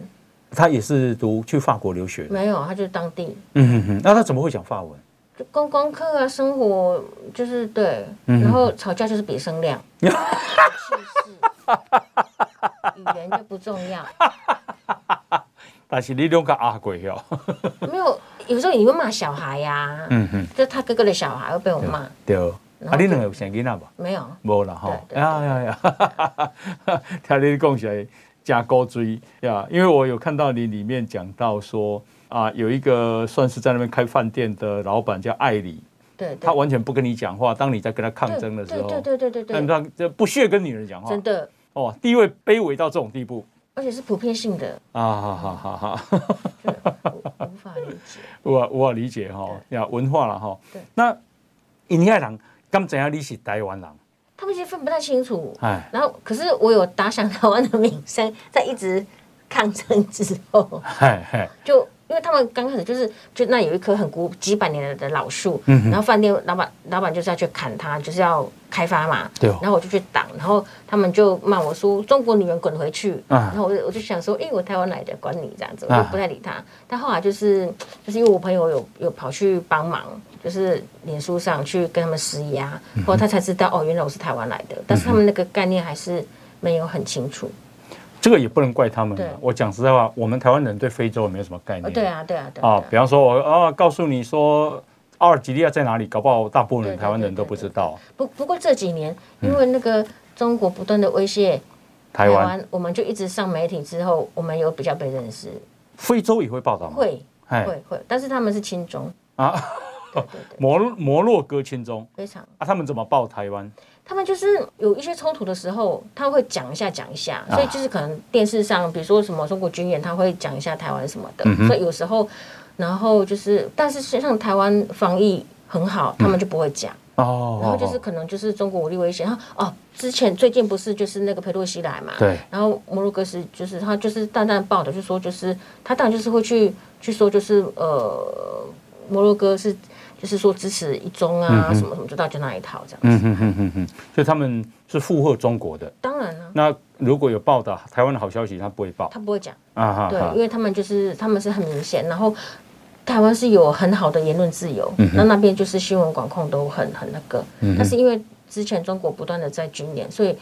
[SPEAKER 2] 他也是读去法国留学的，
[SPEAKER 3] 没有，啊他就是当地。
[SPEAKER 2] 嗯哼哼，那他怎么会讲法文？
[SPEAKER 3] 就观光客啊，生活就是对，
[SPEAKER 6] 嗯
[SPEAKER 3] 然后吵架就是比
[SPEAKER 6] (laughs)
[SPEAKER 3] 声量，是不是？语言就不重要，
[SPEAKER 2] 但是你两个阿鬼哦，
[SPEAKER 3] 没有，有时候你会骂小孩呀、
[SPEAKER 2] 嗯哼，
[SPEAKER 3] 就他哥哥的小孩会被我骂，
[SPEAKER 2] 对，啊，你两个有生囡仔无？
[SPEAKER 3] 没有，
[SPEAKER 2] 无啦吼，
[SPEAKER 3] 对对
[SPEAKER 6] 哎呀呀哈哈哈哈， (laughs) 听你讲起来加高追呀，因为我有看到你里面讲到说啊，有一个算是在那边开饭店的老板叫艾里，
[SPEAKER 3] 对对
[SPEAKER 6] 他，完全不跟你讲话，当你在跟他抗
[SPEAKER 3] 对
[SPEAKER 6] 争的时候，
[SPEAKER 3] 对对对对对
[SPEAKER 6] 但
[SPEAKER 3] 对，
[SPEAKER 6] 他这不屑跟女人讲话
[SPEAKER 3] 真，的，
[SPEAKER 6] 哦，地位卑微到这种地步
[SPEAKER 3] 而且是普遍性的，
[SPEAKER 6] 啊，哈哈哈哈。 (laughs)
[SPEAKER 3] 就无无法理解。
[SPEAKER 6] 我我理解哈、呀文化了哈、
[SPEAKER 3] 对
[SPEAKER 6] 那
[SPEAKER 2] 因遐人敢知影你是台湾人？
[SPEAKER 3] 他们其实分不太清楚。
[SPEAKER 2] 哎
[SPEAKER 3] 然后，可是我有打响台湾的名声，在一直抗争之后，
[SPEAKER 2] 嘿嘿，
[SPEAKER 3] 就因为他们刚开始就是就那有一棵很古几百年的老树，
[SPEAKER 2] 嗯
[SPEAKER 3] 然后饭店老板老板就是要去砍它，就是要开发嘛，
[SPEAKER 2] 对哦
[SPEAKER 3] 然后我就去挡，然后他们就骂我说中国女人滚回去，
[SPEAKER 2] 啊
[SPEAKER 3] 然后我就我就想说，哎、我台湾来的，管你这样子，我
[SPEAKER 2] 啊
[SPEAKER 3] 就不太理他。但后来就是就是因为我朋友有有跑去帮忙，就是脸书上去跟他们施压，
[SPEAKER 2] 嗯
[SPEAKER 3] 后来他才知道哦，原来我是台湾来的，但是他们那个概念还是没有很清楚。
[SPEAKER 2] 嗯这个也不能怪他们
[SPEAKER 3] 对
[SPEAKER 2] 啊。我讲实在话，我们台湾人对非洲也没有什么概
[SPEAKER 3] 呃
[SPEAKER 2] 念。
[SPEAKER 3] 对啊，对啊，对
[SPEAKER 2] 啊，比
[SPEAKER 3] 对
[SPEAKER 2] 方说我啊，告诉你说阿尔及利亚在哪里，搞不好大部分人
[SPEAKER 3] 对对
[SPEAKER 2] 台湾人都不知道。
[SPEAKER 3] 不不过这几年，因为那个中国不断的威胁
[SPEAKER 2] 嗯台湾、，
[SPEAKER 3] 我们就一直上媒体之后，我们有比较被认识，
[SPEAKER 2] 非洲也会报道吗？
[SPEAKER 3] 会
[SPEAKER 2] 哎，
[SPEAKER 3] 会会，但是他们是亲中
[SPEAKER 2] 啊，
[SPEAKER 3] 对对对，
[SPEAKER 2] 摩摩洛哥亲中
[SPEAKER 3] 非常。
[SPEAKER 2] 啊，他们怎么报台湾？
[SPEAKER 3] 他们就是有一些冲突的时候，他会讲一下讲一下，
[SPEAKER 2] 啊
[SPEAKER 3] 所以就是可能电视上，比如说什么中国军演，他会讲一下台湾什么
[SPEAKER 2] 嗯
[SPEAKER 3] 的，所以有时候，然后就是，但是像台湾防疫很好，他们
[SPEAKER 2] 嗯
[SPEAKER 3] 就不会讲。
[SPEAKER 2] 哦，
[SPEAKER 3] 然后就是可能就是中国武力威胁，然后哦，之前最近不是就是那个佩洛西来嘛，
[SPEAKER 2] 对，
[SPEAKER 3] 然后摩洛哥是就是他就是淡淡报的，就说就是他当然就是会去去说就是呃摩洛哥是就是说支持一中啊、什么什么，就大家就那一套这样子。
[SPEAKER 2] 嗯哼哼哼哼，所以他们是附和中国的。
[SPEAKER 3] 当然了、
[SPEAKER 2] 那如果有报道台湾的好消息，他不会报
[SPEAKER 3] 他不会讲，
[SPEAKER 2] 啊哈
[SPEAKER 3] 对，
[SPEAKER 2] 哈
[SPEAKER 3] 因。为他们就是他们是很明显，然后。台湾是有很好的言论自由，
[SPEAKER 2] 嗯
[SPEAKER 3] 那、那边就是新闻管控都很很那个，但是因为之前中国不断的在军演，所以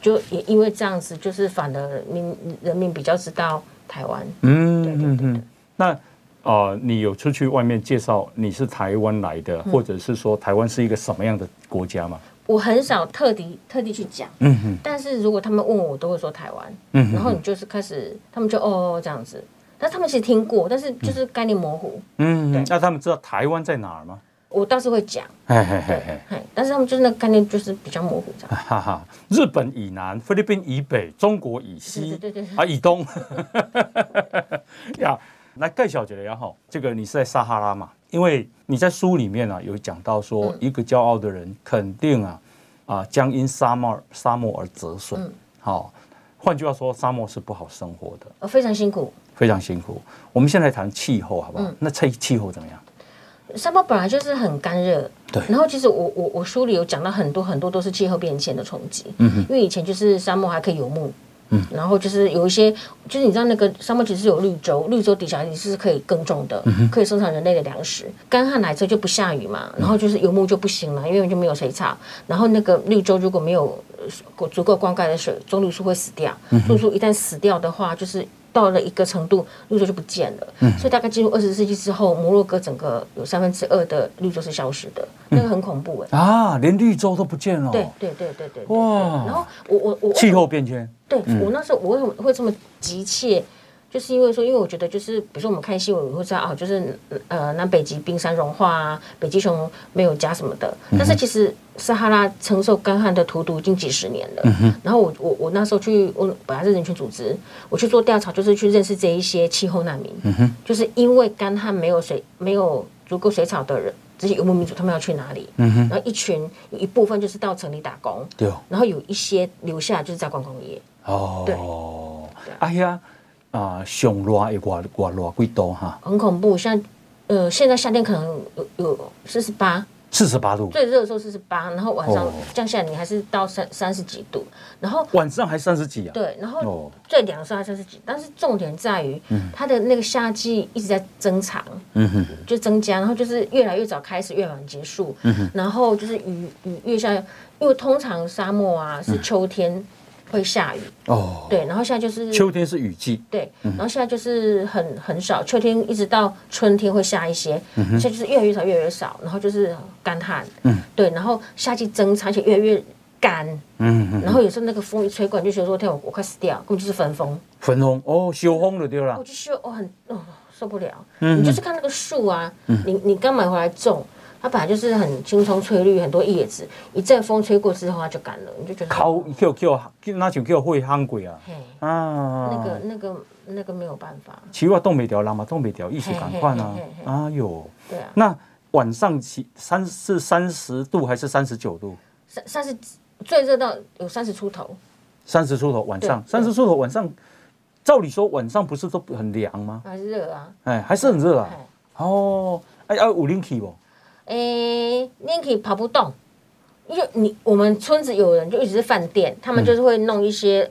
[SPEAKER 3] 就也因为这样子，就是反而民人民比较知道台湾。对对
[SPEAKER 2] 嗯
[SPEAKER 3] 对对
[SPEAKER 2] 嗯，那呃，你有出去外面介绍你是台湾来的，
[SPEAKER 3] 嗯
[SPEAKER 2] 或者是说台湾是一个什么样的国家吗？
[SPEAKER 3] 我很少特地特地去讲，
[SPEAKER 2] 嗯哼，
[SPEAKER 3] 但是如果他们问我，我都会说台湾，
[SPEAKER 2] 嗯
[SPEAKER 3] 然后你就是开始，他们就哦哦哦这样子，但他们其实听过，但是就是概念模糊，
[SPEAKER 2] 嗯
[SPEAKER 3] 对
[SPEAKER 2] 哼，那他们知道台湾在哪儿吗？
[SPEAKER 3] 我倒是会讲，
[SPEAKER 2] 嘿嘿嘿
[SPEAKER 3] 对
[SPEAKER 2] 嘿，，
[SPEAKER 3] 嘿但是他们就是那个概念就是比较模糊这样。
[SPEAKER 2] 哈哈，日本以南，菲律宾以北，中国以西，
[SPEAKER 3] 对对对对
[SPEAKER 2] 啊，以东， (laughs) 呀，那盖小姐的也好，这个你是在撒哈拉嘛？因为你在书里面啊有讲到说，
[SPEAKER 3] 嗯
[SPEAKER 2] 一个骄傲的人肯定啊啊将因沙漠沙漠而折损
[SPEAKER 3] 嗯，
[SPEAKER 2] 好、换句话说，沙漠是不好生活的，
[SPEAKER 3] 呃，非常辛苦。
[SPEAKER 2] 非常辛苦。我们现在谈气候好不好？
[SPEAKER 3] 嗯
[SPEAKER 2] 那气气候怎么样？
[SPEAKER 3] 沙漠本来就是很干热，
[SPEAKER 2] 对
[SPEAKER 3] 然后其实我我我书里有讲到很多很多都是气候变迁的冲击，嗯因为以前就是沙漠还可以游牧，嗯，然后就是有一些，就是你知道那个沙漠其实是有绿洲，绿洲底下你是可以耕种的，可以生产人类的粮食。干旱来之后就不下雨嘛，然后就是游牧就不行了，因为就没有水草。然后那个绿洲如果没有呃足够灌溉的水，棕榈树会死掉。棕榈树一旦死掉的话，就是到了一个程度，绿洲就不见了。所以大概进入二十世纪之后，摩洛哥整个有三分之二的绿洲是消失的，那个很恐怖哎、
[SPEAKER 2] 啊，连绿洲都不见了，
[SPEAKER 3] 对对对对对对。
[SPEAKER 2] 哇
[SPEAKER 3] 然后我我我
[SPEAKER 2] 气候变迁，
[SPEAKER 3] 对、我那时候我为什么会这么急切，就是因为说，因为我觉得就是，比如说我们看新闻，我会知道啊，就是呃南北极冰山融化啊，北极熊没有家什么的。但是其实撒哈拉承受干旱的荼毒已经几十年了。然后我我我那时候去，我本来是人权组织，我去做调查，就是去认识这一些气候难民，就是因为干旱没有水没有足够水草的人。这些游牧民族他们要去哪里？然后一群有一部分就是到城里打工，
[SPEAKER 2] 对
[SPEAKER 3] 然后有一些留下来就是在观光业。
[SPEAKER 2] 哦，啊呀，啊上热也偌偌偌几度哈，
[SPEAKER 3] 很恐怖。像呃，现在夏天可能有有四十八，
[SPEAKER 2] 四十八度，
[SPEAKER 3] 最热的时候四十八，然后晚上
[SPEAKER 2] 哦
[SPEAKER 3] 降下来，你还是到三三十几度，然后。
[SPEAKER 2] 晚上还三十几啊，
[SPEAKER 3] 对，然
[SPEAKER 2] 哦
[SPEAKER 3] 后最凉的时候还三十几，但是重点在于它的那个夏季一直在增长，
[SPEAKER 2] 嗯哼，
[SPEAKER 3] 就增加，然后就是越来越早开始，越晚结束，
[SPEAKER 2] 嗯
[SPEAKER 3] 然后就是雨雨越下，因为通常沙漠啊
[SPEAKER 2] 嗯
[SPEAKER 3] 是秋天会下雨，
[SPEAKER 2] 哦，
[SPEAKER 3] 对，然后现在就是
[SPEAKER 2] 秋天是雨季，
[SPEAKER 3] 对，然后现在就是很很少，秋天一直到春天会下一些，
[SPEAKER 2] 嗯
[SPEAKER 3] 现在就是越来越少，越来越少，然后就是干旱，对，然后夏季增长，而且越来越干，
[SPEAKER 2] 嗯哼，
[SPEAKER 3] 然后有时候那个风一吹过来，你就觉得说天啊，我我快死掉，根本就是焚风，
[SPEAKER 2] 焚风哦，修风就对啦
[SPEAKER 3] 我，就觉得我很哦受不了，
[SPEAKER 2] 嗯
[SPEAKER 3] 你就是看那个树啊，你你刚买回来种。它本来就是很青葱翠绿，很多叶子，一阵风吹过之后，它就干了，你就觉得
[SPEAKER 2] 烤叫叫那就叫会夯鬼啊，
[SPEAKER 3] 嘿，
[SPEAKER 2] 啊，
[SPEAKER 3] 那个那个那个没有办法，
[SPEAKER 2] 其实冻未掉人嘛，冻未掉，意思赶快啊
[SPEAKER 3] 嘿嘿嘿，嘿
[SPEAKER 2] 哎呦，
[SPEAKER 3] 对啊。
[SPEAKER 2] 那晚上起三是三十度还是三十九度？
[SPEAKER 3] 三三十最热到有三十出头，
[SPEAKER 2] 三十出头晚上，
[SPEAKER 3] 对
[SPEAKER 2] 三十出头晚上，照理说晚上不是都很凉吗？
[SPEAKER 3] 还是热啊？
[SPEAKER 2] 哎，还是很热啊
[SPEAKER 3] 哎。
[SPEAKER 2] 哦，哎啊，五零 K 不？
[SPEAKER 3] 诶、你可以跑不动，因为你我们村子有人就一直是饭店，他们就是会弄一些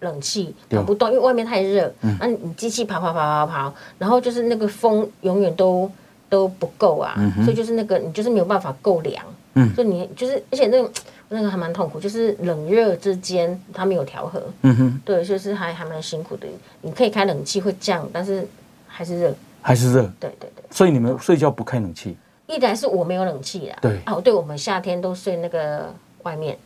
[SPEAKER 3] 冷气、
[SPEAKER 2] 嗯对嗯
[SPEAKER 3] 跑不动，因为外面太热，那、你机器跑跑跑跑跑，然后就是那个风永远都都不够啊，所以就是那个你就是没有办法够凉，
[SPEAKER 2] 嗯
[SPEAKER 3] 所以你就是而且那种那个还蛮痛苦，就是冷热之间它没有调和，
[SPEAKER 2] 嗯哼，
[SPEAKER 3] 对，就是还还蛮辛苦的。你可以开冷气会降，但是还是热，
[SPEAKER 2] 还是热，
[SPEAKER 3] 对对对。
[SPEAKER 2] 所以你们睡觉不开冷气，
[SPEAKER 3] 一来是我没有冷气啦，
[SPEAKER 2] 对
[SPEAKER 3] 哦，对，我们夏天都睡那个外面，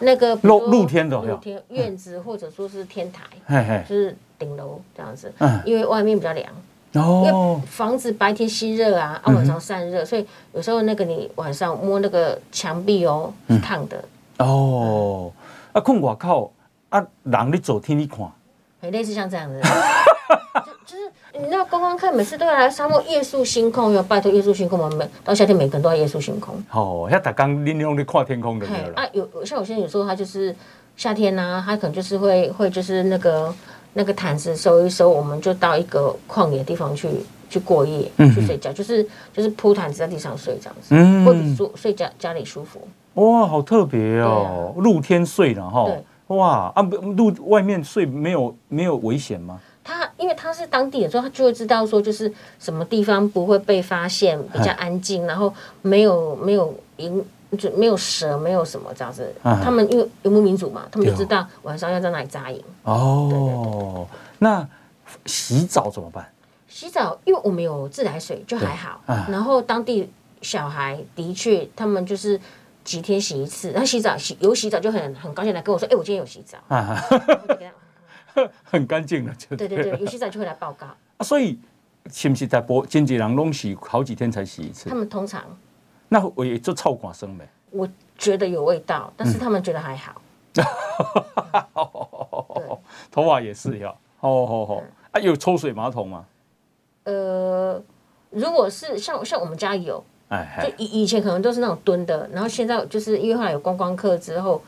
[SPEAKER 3] 那个比
[SPEAKER 2] 露
[SPEAKER 3] 如说
[SPEAKER 2] 露天的哦嗯
[SPEAKER 3] 露天院子或者说是天台，
[SPEAKER 2] 嘿嘿
[SPEAKER 3] 就，是顶楼这样子
[SPEAKER 2] 嗯，
[SPEAKER 3] 因为外面比较凉，因
[SPEAKER 2] 哦嗯
[SPEAKER 3] 为，房子白天吸热啊，啊晚上散热，所以有时候那个你晚上摸那个墙壁哦，
[SPEAKER 2] 嗯
[SPEAKER 3] 是烫的，
[SPEAKER 2] 哦，啊，困外口啊，人你走天你看，
[SPEAKER 3] 很哎类似像这样子。 (laughs) 就就是你知道观光客每次都要来沙漠夜宿星空，有拜托夜宿星空，我们每到夏天每个人都要夜宿星空。
[SPEAKER 2] 哦，遐大工恁拢咧看天空就对
[SPEAKER 3] 嘿
[SPEAKER 2] 了啦
[SPEAKER 3] 啊，，有有像有些人有时候他就是夏天呢、他可能就是会会就是那个那个毯子收一收，我们就到一个旷野的地方去去过夜、去睡觉，就是就是铺毯子在地上睡这样子，
[SPEAKER 2] 嗯
[SPEAKER 3] 会比住睡家家里舒服。
[SPEAKER 2] 哇，好特别哦，
[SPEAKER 3] 啊
[SPEAKER 2] 露天睡了哈，哇啊，不露外面睡没有没有危险吗？
[SPEAKER 3] 他因为他是当地人，所以他就会知道说，就是什么地方不会被发现，比较
[SPEAKER 2] 哎
[SPEAKER 3] 安静，然后没有没有营就没有蛇，没有什么这样子。
[SPEAKER 2] 哎
[SPEAKER 3] 他们因为游牧民族嘛，他们就
[SPEAKER 2] 对哦
[SPEAKER 3] 知道晚上要在哪里扎营。
[SPEAKER 2] 哦，那洗澡怎么办？ (laughs)
[SPEAKER 3] 洗澡，因为我们有自来水，就还好。
[SPEAKER 2] 对啊
[SPEAKER 3] 然后当地小孩的确，他们就是几天洗一次。那洗澡洗有洗澡就很很高兴来跟我说：“哎、我今天有洗澡。
[SPEAKER 2] 啊，
[SPEAKER 3] 然后我就
[SPEAKER 2] (laughs)
[SPEAKER 3] 给他
[SPEAKER 2] 很干净了，就”
[SPEAKER 3] 对对对，有洗澡就会来报告。
[SPEAKER 2] 啊，所以是不是在播经济人拢洗好几天才洗一次
[SPEAKER 3] 他？们通常
[SPEAKER 2] 那我也做臭寡生呗。
[SPEAKER 3] 我觉得有味道，但是
[SPEAKER 2] 嗯
[SPEAKER 3] 他们觉得还好。对，
[SPEAKER 2] 头发也是要，哦哦哦，
[SPEAKER 3] 嗯
[SPEAKER 2] 啊，有抽水马桶吗？
[SPEAKER 3] 呃，如果是像像我们家有，
[SPEAKER 2] 哎
[SPEAKER 3] 就
[SPEAKER 2] 哎，
[SPEAKER 3] 以以前可能都是那种蹲的，然后现在就是因为后来有观光客之后，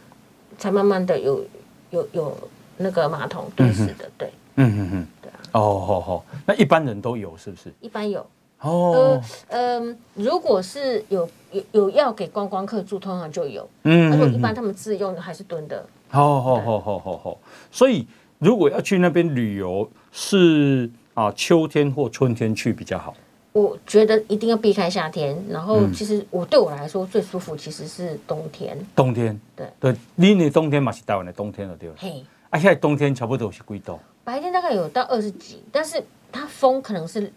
[SPEAKER 3] 才慢慢的有有有那个马桶蹲式的，对。
[SPEAKER 2] 嗯嗯嗯
[SPEAKER 3] 对啊，
[SPEAKER 2] 哦哦哦，那一般人都有是不是？
[SPEAKER 3] 一般有。呃
[SPEAKER 2] 哦，
[SPEAKER 3] 嗯、如果是有有有要给观光客住，通常就有。
[SPEAKER 2] 嗯
[SPEAKER 3] 而
[SPEAKER 2] 嗯
[SPEAKER 3] 且
[SPEAKER 2] 嗯
[SPEAKER 3] 一般他们自用的还是蹲的，
[SPEAKER 2] 好好好好好好，所以如果要去那边旅游，是啊，秋天或春天去比较好。
[SPEAKER 3] 我觉得一定要避开夏天。然后
[SPEAKER 2] 嗯
[SPEAKER 3] 其实我对我来说最舒服其实是冬天。
[SPEAKER 2] 冬天，
[SPEAKER 3] 对
[SPEAKER 2] 对，你的冬天嘛是台湾的冬天了，对了。
[SPEAKER 3] 嘿，
[SPEAKER 2] 啊，现在冬天差不多是几度？
[SPEAKER 3] 白天大概有到二十几，但是它风可能是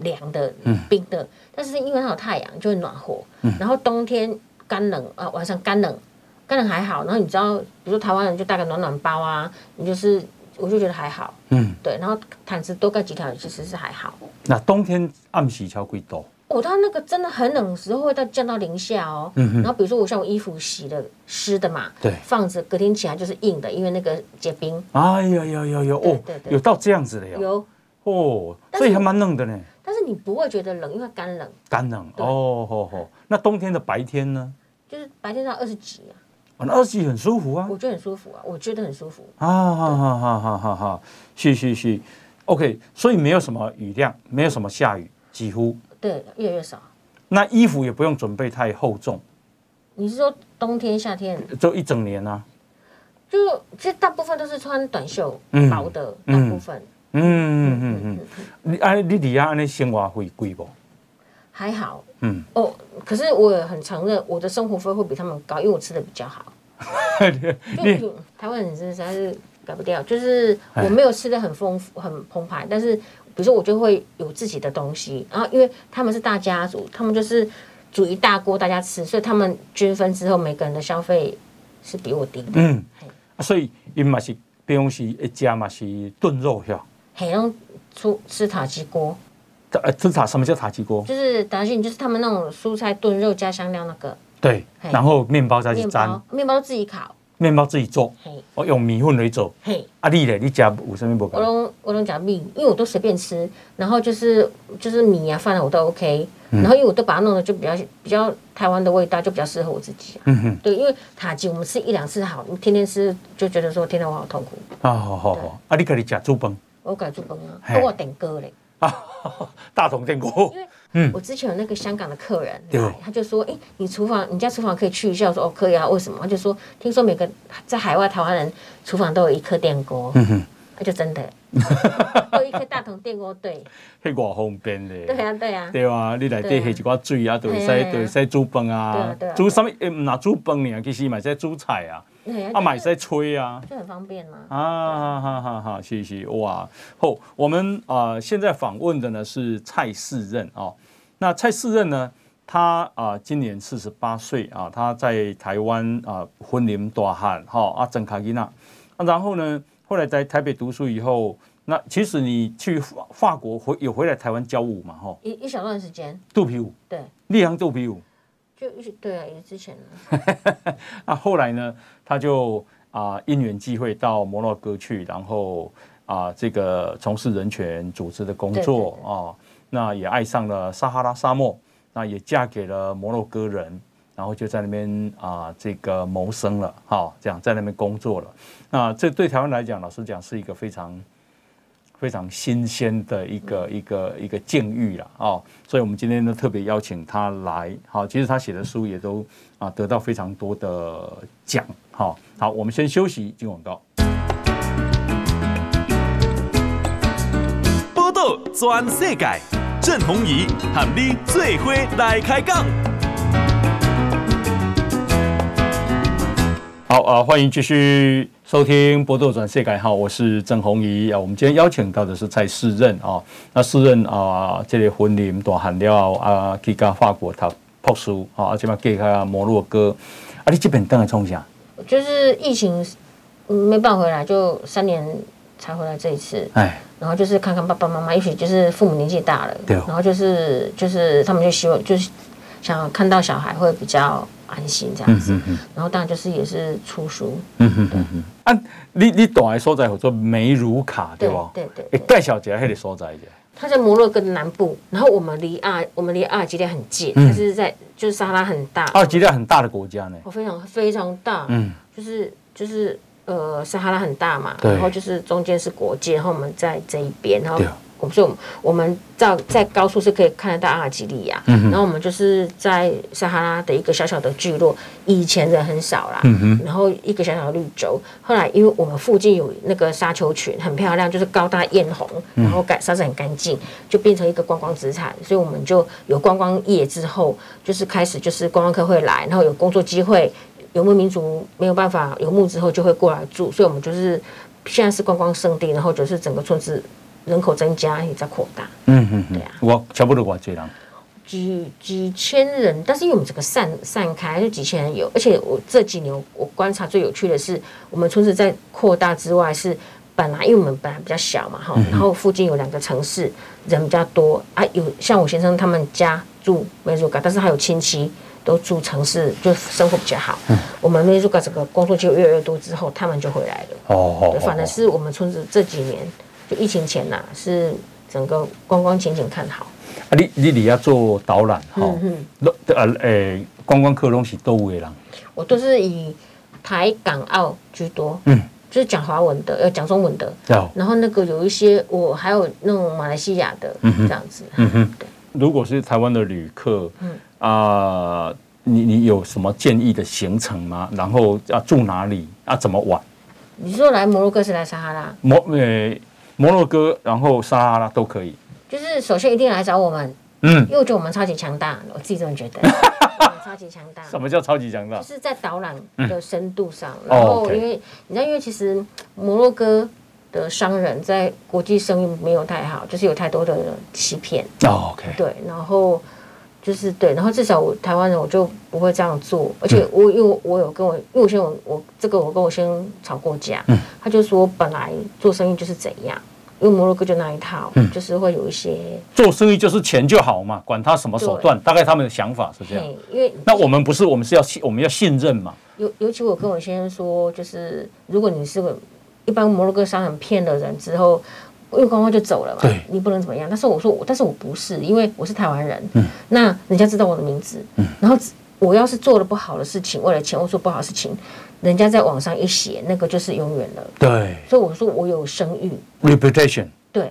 [SPEAKER 3] 凉的、冰的，
[SPEAKER 2] 嗯
[SPEAKER 3] 但是因为它有太阳就会暖和。然后冬天干冷啊、呃晚上干冷，干冷还好。然后你知道，比如说台湾人就带个暖暖包啊，你就是我就觉得还好，
[SPEAKER 2] 嗯，
[SPEAKER 3] 对。然后毯子多盖几条其实是还好。哦
[SPEAKER 2] 那冬天暗时超几度？
[SPEAKER 3] 我、哦、它那个真的很冷的时候会到降到零下哦。
[SPEAKER 2] 嗯哼
[SPEAKER 3] 然后比如说我像我衣服洗的湿的嘛，
[SPEAKER 2] 对
[SPEAKER 3] 放着隔天起来就是硬的，因为那个结冰。
[SPEAKER 2] 哎呀呀呀呀！哦
[SPEAKER 3] 对对，对
[SPEAKER 2] 有到这样子的哟。
[SPEAKER 3] 有，
[SPEAKER 2] 哦，
[SPEAKER 3] 但
[SPEAKER 2] 所
[SPEAKER 3] 是
[SPEAKER 2] 以还蛮冷的呢，
[SPEAKER 3] 但是你不会觉得冷，因为它干冷，
[SPEAKER 2] 干冷。
[SPEAKER 3] 对
[SPEAKER 2] 哦吼吼，那冬天的白天呢？
[SPEAKER 3] 就是白天到二十几啊，
[SPEAKER 2] 啊，那二十几很舒服啊。
[SPEAKER 3] 我觉得很舒服啊，我觉得很舒服。
[SPEAKER 2] 啊哈哈哈哈哈哈！是是是，OK，所以没有什么雨量，没有什么下雨，几乎
[SPEAKER 3] 对，越来越少。
[SPEAKER 2] 那衣服也不用准备太厚重，
[SPEAKER 3] 你是说冬天、夏天？
[SPEAKER 2] 就一整年啊。
[SPEAKER 3] 就其实大部分都是穿短袖
[SPEAKER 2] 嗯，
[SPEAKER 3] 薄的，大
[SPEAKER 2] 嗯
[SPEAKER 3] 部分
[SPEAKER 2] 嗯嗯嗯嗯，你啊，你底下安尼生活费贵不？
[SPEAKER 3] 还好。
[SPEAKER 2] 嗯，
[SPEAKER 3] 哦，可是我也很承认我的生活费会比他们高，因为我吃的比较好。就
[SPEAKER 2] 你
[SPEAKER 3] 就台湾人真的实在是改不掉，就是
[SPEAKER 2] 哎
[SPEAKER 3] 我没有吃的很丰富、很澎湃，但是比如说我就会有自己的东西，然后因为他们是大家族，他们就是煮一大锅大家吃，所以他们均分之后，每个人的消费是比我低的。
[SPEAKER 2] 嗯，啊所以因嘛是平常时一家嘛是炖肉呀，
[SPEAKER 3] 很像出吃塔吉锅，
[SPEAKER 2] 呃，这塔什么叫塔鸡锅？
[SPEAKER 3] 就是塔吉，就是他们那种蔬菜炖肉加香料那个
[SPEAKER 2] 对，
[SPEAKER 3] 嘿
[SPEAKER 2] 然后面包再去
[SPEAKER 3] 面
[SPEAKER 2] 粘
[SPEAKER 3] 包，，面包自己烤，
[SPEAKER 2] 面包自己做，
[SPEAKER 3] 嘿
[SPEAKER 2] 我用米粉来做。
[SPEAKER 3] 嘿。
[SPEAKER 2] 啊，你嘞，你家有什么不
[SPEAKER 3] 我
[SPEAKER 2] 同？
[SPEAKER 3] 拢我拢讲米，因为我都随便吃，然后就是就是米啊饭啊我都 OK，、然后因为我都把它弄得就比较比较台湾的味道，就比较适合我自己、啊。
[SPEAKER 2] 嗯哼。
[SPEAKER 3] 对，因为塔吉我们吃一两次好，你天天吃就觉得说天天我好痛苦，
[SPEAKER 2] 啊，好好好，啊，你家己食煮饭，
[SPEAKER 3] 我改做崩啊，
[SPEAKER 2] 嘿
[SPEAKER 3] 我顶哥嘞，
[SPEAKER 2] 大同电锅 (laughs)
[SPEAKER 3] 因，为
[SPEAKER 2] 嗯
[SPEAKER 3] 我之前有那个香港的客人
[SPEAKER 2] 对
[SPEAKER 3] 来，他就说，哎、你厨房你家厨房可以去一下，我说哦可以啊，为什么？他就说听说每个在海外台湾人厨房都有一颗电锅，
[SPEAKER 2] 嗯哼，
[SPEAKER 3] 那就
[SPEAKER 2] (laughs)
[SPEAKER 3] 真的有一颗大桶电锅，对，
[SPEAKER 2] 迄偌方便咧。
[SPEAKER 3] 对啊对啊。
[SPEAKER 2] 对啊，你内底下一寡水啊，就会使
[SPEAKER 3] 对啊
[SPEAKER 2] 就会使煮饭
[SPEAKER 3] 对
[SPEAKER 2] 啊
[SPEAKER 3] 啊对啊，
[SPEAKER 2] 煮啥物？诶，毋若煮饭尔，其实嘛会使煮菜啊，
[SPEAKER 3] 对
[SPEAKER 2] 啊嘛会
[SPEAKER 3] 就是
[SPEAKER 2] 使炊啊。
[SPEAKER 3] 就很方便嘛。
[SPEAKER 2] 啊，哈哈哈，谢谢哇！后我们啊、呃现在访问的呢是蔡世任啊、那蔡世任呢，他啊、今年四十八岁啊，他在台湾啊婚龄大汉哈啊整卡吉娜，啊然后呢后来在台北读书以后，那其实你去法法国回有回来台湾教舞嘛哈、
[SPEAKER 3] 一一小段时间，
[SPEAKER 2] 肚皮舞，
[SPEAKER 3] 对，
[SPEAKER 2] 丽阳肚皮舞。
[SPEAKER 3] 就一对啊，也之前啊
[SPEAKER 2] 那后来呢，他就啊、因缘际会到摩洛哥去，然后啊、这个从事人权组织的工作
[SPEAKER 3] 对对
[SPEAKER 2] 啊、那也爱上了撒哈拉沙漠，那也嫁给了摩洛哥人，然后就在那边啊、这个谋生了，哈、这样在那边工作了。那这对台湾来讲，老实讲是一个非常。非常新鲜的一个一个一个境遇了哦，所以我们今天呢特别邀请他来，好、其实他写的书也都啊得到非常多的奖，好、好，我们先休息，进广告。
[SPEAKER 1] 报道全世界，郑鸿仪和你做伙来开讲。
[SPEAKER 2] 好啊、呃欢迎继续收听《搏斗转世改》哈，我是郑红怡啊。我们今天邀请到的是蔡世任啊，那世任啊，这个婚龄大汉了啊，去到法国读博士啊，而且嘛，去到摩洛哥啊，你这本当来冲啥？
[SPEAKER 3] 就是疫情嗯没办法回来，就三年才回来这一次。
[SPEAKER 2] 哎，
[SPEAKER 3] 然后就是看看爸爸妈妈，也许就是父母年纪大了，
[SPEAKER 2] 对哦
[SPEAKER 3] 然后就是就是他们就希望就是想看到小孩会比较安心这样子。然后当然就是也是出书，
[SPEAKER 2] 嗯哼哼哼，啊，你你懂的所在叫做梅鲁卡对吧？
[SPEAKER 3] 对对
[SPEAKER 2] 哎
[SPEAKER 3] 对，对
[SPEAKER 2] 介绍一下迄个所在一下。
[SPEAKER 3] 它在摩洛哥的南部，然后我们离阿我们离阿尔及利亚很近，
[SPEAKER 2] 嗯
[SPEAKER 3] 但是在就是撒哈拉很大，
[SPEAKER 2] 阿尔及利亚很大的国家呢，
[SPEAKER 3] 哦，非常非常大，
[SPEAKER 2] 哦嗯，
[SPEAKER 3] 就是就是呃，撒哈拉很大嘛，
[SPEAKER 2] 对
[SPEAKER 3] 然后就是中间是国界，然后我们在这一边，然后
[SPEAKER 2] 对啊
[SPEAKER 3] 我们所以我们我们在在高速是可以看得到阿尔及利亚，
[SPEAKER 2] 嗯
[SPEAKER 3] 然后我们就是在撒哈拉的一个小小的聚落，以前人很少啦，
[SPEAKER 2] 嗯
[SPEAKER 3] 然后一个小小的绿洲，后来因为我们附近有那个沙丘群，很漂亮，就是高大艳红，
[SPEAKER 2] 嗯
[SPEAKER 3] 然后干沙子很干净，就变成一个观光资产，所以我们就有观光业之后，就是开始就是观光客会来，然后有工作机会，游牧民族没有办法游牧之后就会过来住，所以我们就是现在是观光胜地，然后就是整个村子人口增加也在扩大，
[SPEAKER 2] 嗯嗯嗯
[SPEAKER 3] 对啊，
[SPEAKER 2] 我差不多我这样，
[SPEAKER 3] 几几千人，但是因为我们整个散散开就几千人有，而且我这几年我观察最有趣的是，我们村子在扩大之外是。本来因为我们本来比较小嘛哈，
[SPEAKER 2] 嗯
[SPEAKER 3] 然后附近有两个城市人比较多啊，有像我先生他们家住梅竹港，但是还有亲戚都住城市，就生活比较好。
[SPEAKER 2] 嗯
[SPEAKER 3] 我们梅竹港整个工作机会越来越多之后，他们就回来了。
[SPEAKER 2] 哦哦
[SPEAKER 3] 对，啊反正是我们村子这几年，就疫情前呐、是整个观光前景看好。
[SPEAKER 2] 啊，你你你要做导览哈
[SPEAKER 3] 嗯嗯，
[SPEAKER 2] 都呃诶，观光客拢是都有的人，
[SPEAKER 3] 我都是以台港澳居多，
[SPEAKER 2] 嗯，
[SPEAKER 3] 就是讲华文的，呃，讲中文的。
[SPEAKER 2] 要。
[SPEAKER 3] 然后那个有一些，我还有那种马来西亚的这样子，
[SPEAKER 2] 嗯哼
[SPEAKER 3] 对，
[SPEAKER 2] 如果是台湾的旅客，
[SPEAKER 3] 嗯
[SPEAKER 2] 啊、你你有什么建议的行程吗？然后啊住哪里啊怎么玩？
[SPEAKER 3] 你说来摩洛哥是来撒哈拉，
[SPEAKER 2] 摩呃摩洛哥，然后撒哈拉都可以。
[SPEAKER 3] 就是首先一定来找我们，
[SPEAKER 2] 嗯
[SPEAKER 3] 因，为我觉得我们超级强大，我自己这
[SPEAKER 2] (laughs)
[SPEAKER 3] 么觉得，我们超级强大。
[SPEAKER 2] 什么叫超级强大
[SPEAKER 3] 就？是在导览的深度上，然后
[SPEAKER 2] 哦 OK
[SPEAKER 3] 因为你知道，因为其实摩洛哥的商人在国际声誉没有太好，就是有太多的欺骗，
[SPEAKER 2] 哦，OK，
[SPEAKER 3] 对，然后就是对，然后至少我台湾人我就不会这样做，而且我因为我有跟我，因为我先我我这个我跟我先生吵过架，他就说本来做生意就是怎样。因为摩洛哥就那一套，就是会有一些
[SPEAKER 2] 做生意就是钱就好嘛，管他什么手段，大概他们的想法是这样。
[SPEAKER 3] 嘿，因为
[SPEAKER 2] 那我们不是，我们是要信，我们要信任嘛。
[SPEAKER 3] 尤尤其我跟我先生说，就是如果你是个一般摩洛哥商人骗了人之后，因为光光就走了嘛
[SPEAKER 2] 对，
[SPEAKER 3] 你不能怎么样。但是我说我，但是我不是，因为我是台湾人，那人家知道我的名字，然后我要是做了不好的事情，为了钱我做不好的事情，人家在网上一写，那个就是永远了。
[SPEAKER 2] 对
[SPEAKER 3] 所以我说我有声誉，
[SPEAKER 2] ，reputation，
[SPEAKER 3] 对，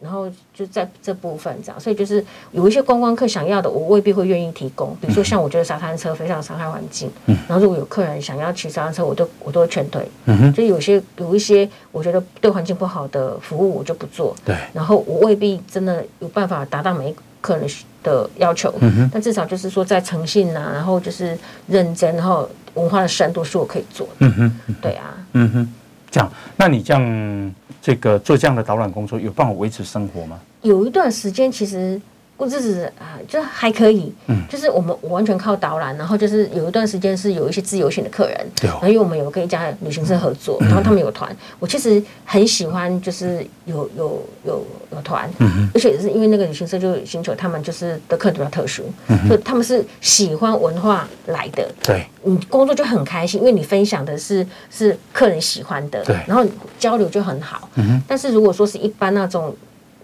[SPEAKER 3] 然后就在这部分这样，所以就是有一些观光客想要的，我未必会愿意提供。比如说像我觉得沙滩车非常伤害环境，然后如果有客人想要骑沙滩车，我都我都会劝退。就有些有一些我觉得对环境不好的服务，我就不做。
[SPEAKER 2] 对
[SPEAKER 3] 然后我未必真的有办法达到每一个客人的需的要求，但至少就是说在诚信呐、然后就是认真，然后文化的深度是我可以做的。嗯哼，对啊，
[SPEAKER 2] 嗯哼，这样。那你这样这个做这样的导览工作，有办法维持生活吗？
[SPEAKER 3] 有一段时间其实过日子啊，就还可以，就是我们我完全靠导览，然后就是有一段时间是有一些自由行的客人，
[SPEAKER 2] 对哦
[SPEAKER 3] 然后因为我们有跟一家旅行社合作，然后他们有团，我其实很喜欢，就是有有有有团，而且是因为那个旅行社就寻求他们就是的客人比较特殊，就他们是喜欢文化来的，
[SPEAKER 2] (laughs) 对，
[SPEAKER 3] 你工作就很开心，因为你分享的是是客人喜欢的，
[SPEAKER 2] 对
[SPEAKER 3] 然后交流就很好。嗯、但是如果说是一般那种，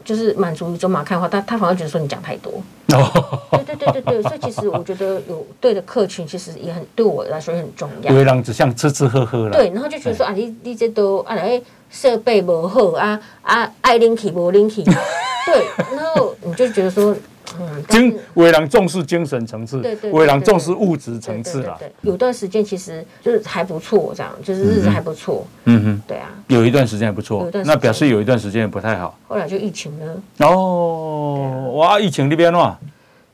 [SPEAKER 3] 就是满足于走马看花，他他反而觉得说你讲太多。
[SPEAKER 2] 哦，
[SPEAKER 3] 对对对对对，所以其实我觉得有对的客群，其实也很对我来说也很重要
[SPEAKER 2] 有。的人只想吃吃喝喝了。
[SPEAKER 3] 对，然后就觉得说啊，你你这都啊，哎，设备不好啊啊，爱拎起不
[SPEAKER 2] (laughs)
[SPEAKER 3] 拎起，对，然后你就觉得说，嗯，但是
[SPEAKER 2] 精为人重视精神层次
[SPEAKER 3] 对对，对
[SPEAKER 2] 为人重视物质层次啦
[SPEAKER 3] 对。对对有段时间其实就是还不错，这样就是日子还不错，
[SPEAKER 2] 嗯哼，
[SPEAKER 3] 对啊。
[SPEAKER 2] 有一段时间还不错
[SPEAKER 3] 有一，段时间
[SPEAKER 2] 那表示有一段时间也不太好。
[SPEAKER 3] 后来就疫情呢，
[SPEAKER 2] 哦，哇，疫情那边哇，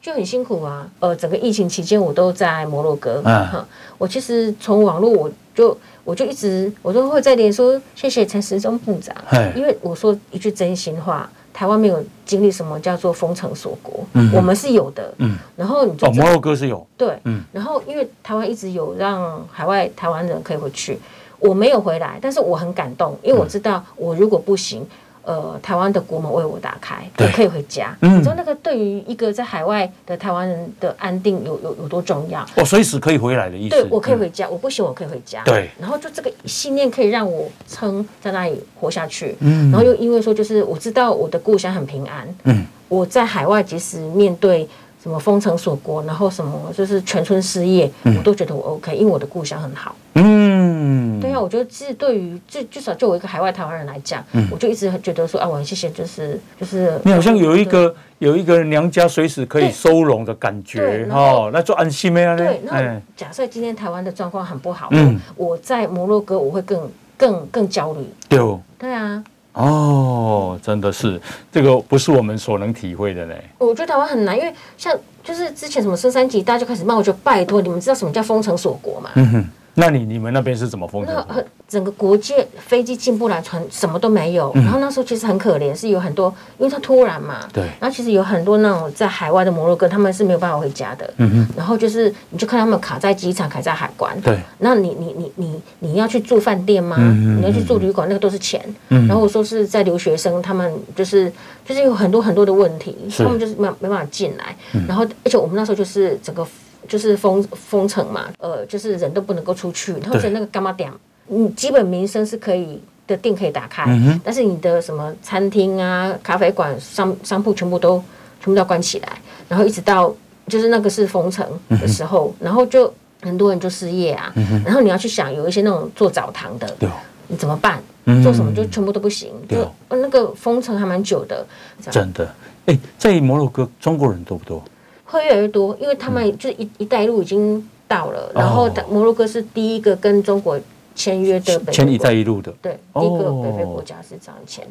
[SPEAKER 3] 就很辛苦啊。呃，整个疫情期间我都在摩洛哥，
[SPEAKER 2] 嗯
[SPEAKER 3] 哈，我其实从网络我就我就一直我都会在连说谢谢陈时中部长
[SPEAKER 2] 嘿，
[SPEAKER 3] 因为我说一句真心话。台湾没有经历什么叫做封城锁国，我们是有的。然后你就
[SPEAKER 2] 哦，
[SPEAKER 3] 知道
[SPEAKER 2] 摩洛哥是有，
[SPEAKER 3] 对，
[SPEAKER 2] 嗯
[SPEAKER 3] 然后因为台湾一直有让海外台湾人可以回去，我没有回来，但是我很感动，因为我知道我如果不行。呃，台湾的国门为我打开，我
[SPEAKER 2] 对
[SPEAKER 3] 可以回家。
[SPEAKER 2] 嗯
[SPEAKER 3] 你知道那个对于一个在海外的台湾人的安定有有有多重要？
[SPEAKER 2] 我哦随时可以回来的意思。
[SPEAKER 3] 对我可以
[SPEAKER 2] 嗯
[SPEAKER 3] 回家，我不行我可以回家。
[SPEAKER 2] 对
[SPEAKER 3] 然后就这个信念可以让我撑在那里活下去。嗯，然后又因为说就是我知道我的故乡很平安。
[SPEAKER 2] 嗯，
[SPEAKER 3] 我在海外即使面对什么封城锁国，然后什么就是全村失业，我都觉得我 OK，因为我的故乡很好。
[SPEAKER 2] 嗯，
[SPEAKER 3] 对啊，我觉得其实对于至至少就我一个海外台湾人来讲，我就一直觉得说啊，我很谢谢，就是就是
[SPEAKER 2] 嗯你好像有一个有一个娘家随时可以
[SPEAKER 3] 对
[SPEAKER 2] 收容的感
[SPEAKER 3] 对
[SPEAKER 2] 觉
[SPEAKER 3] 然后
[SPEAKER 2] 哦，那就安心的呢
[SPEAKER 3] 对，。那
[SPEAKER 2] 哎，
[SPEAKER 3] 假设今天台湾的状况很不好，
[SPEAKER 2] 嗯
[SPEAKER 3] 我在摩洛哥我会更更更焦虑。
[SPEAKER 2] 对哦，
[SPEAKER 3] 对啊，
[SPEAKER 2] 哦，真的是这个不是我们所能体会的呢。
[SPEAKER 3] 我觉得台湾很难，因为像就是之前什么升三级，大家就开始骂，我觉得拜托你们知道什么叫封城锁国嘛？
[SPEAKER 2] 嗯哼，那你你们那边是怎么封
[SPEAKER 3] 那
[SPEAKER 2] 城的？
[SPEAKER 3] 很整个国界飞机进不来，船什么都没有。
[SPEAKER 2] 嗯
[SPEAKER 3] 然后那时候其实很可怜，是有很多，因为它突然嘛，
[SPEAKER 2] 对
[SPEAKER 3] 然后其实有很多那种在海外的摩洛哥，他们是没有办法回家的。嗯哼。然后就是你就看他们卡在机场，卡在海关。
[SPEAKER 2] 对。
[SPEAKER 3] 那你你你你你要去住饭店吗？
[SPEAKER 2] 嗯嗯嗯
[SPEAKER 3] 你要去住旅馆，那个都是钱。然后我说是在留学生，他们就是就是有很多很多的问题，
[SPEAKER 2] 是
[SPEAKER 3] 他们就是没有没办法进来。然后而且我们那时候就是整个。就是封封城嘛，呃，就是人都不能够出去，然后
[SPEAKER 2] 对
[SPEAKER 3] 在那个干嘛点，你基本民生是可以的店可以打开，
[SPEAKER 2] 嗯哼
[SPEAKER 3] 但是你的什么餐厅啊、咖啡馆、商商铺全部都全部都要关起来，然后一直到就是那个是封城的时候，
[SPEAKER 2] 嗯
[SPEAKER 3] 然后就很多人就失业啊，然后你要去想有一些那种做澡堂的，
[SPEAKER 2] 对，哦嗯
[SPEAKER 3] 你怎么办？做什么就全部都不行，
[SPEAKER 2] 对
[SPEAKER 3] 就
[SPEAKER 2] 哦
[SPEAKER 3] 呃那个封城还蛮久的，这样
[SPEAKER 2] 真的。哎，在摩洛哥中国人多不多？
[SPEAKER 3] 会越来越多，因为他
[SPEAKER 2] 嗯
[SPEAKER 3] 们就是一一带一路已经到
[SPEAKER 2] 哦
[SPEAKER 3] 了，然后他摩洛哥是第一个跟中国签约的北非
[SPEAKER 2] 签“一
[SPEAKER 3] 国
[SPEAKER 2] 带一路”的，
[SPEAKER 3] 对，
[SPEAKER 2] 哦
[SPEAKER 3] 第一个北非国家是这样签。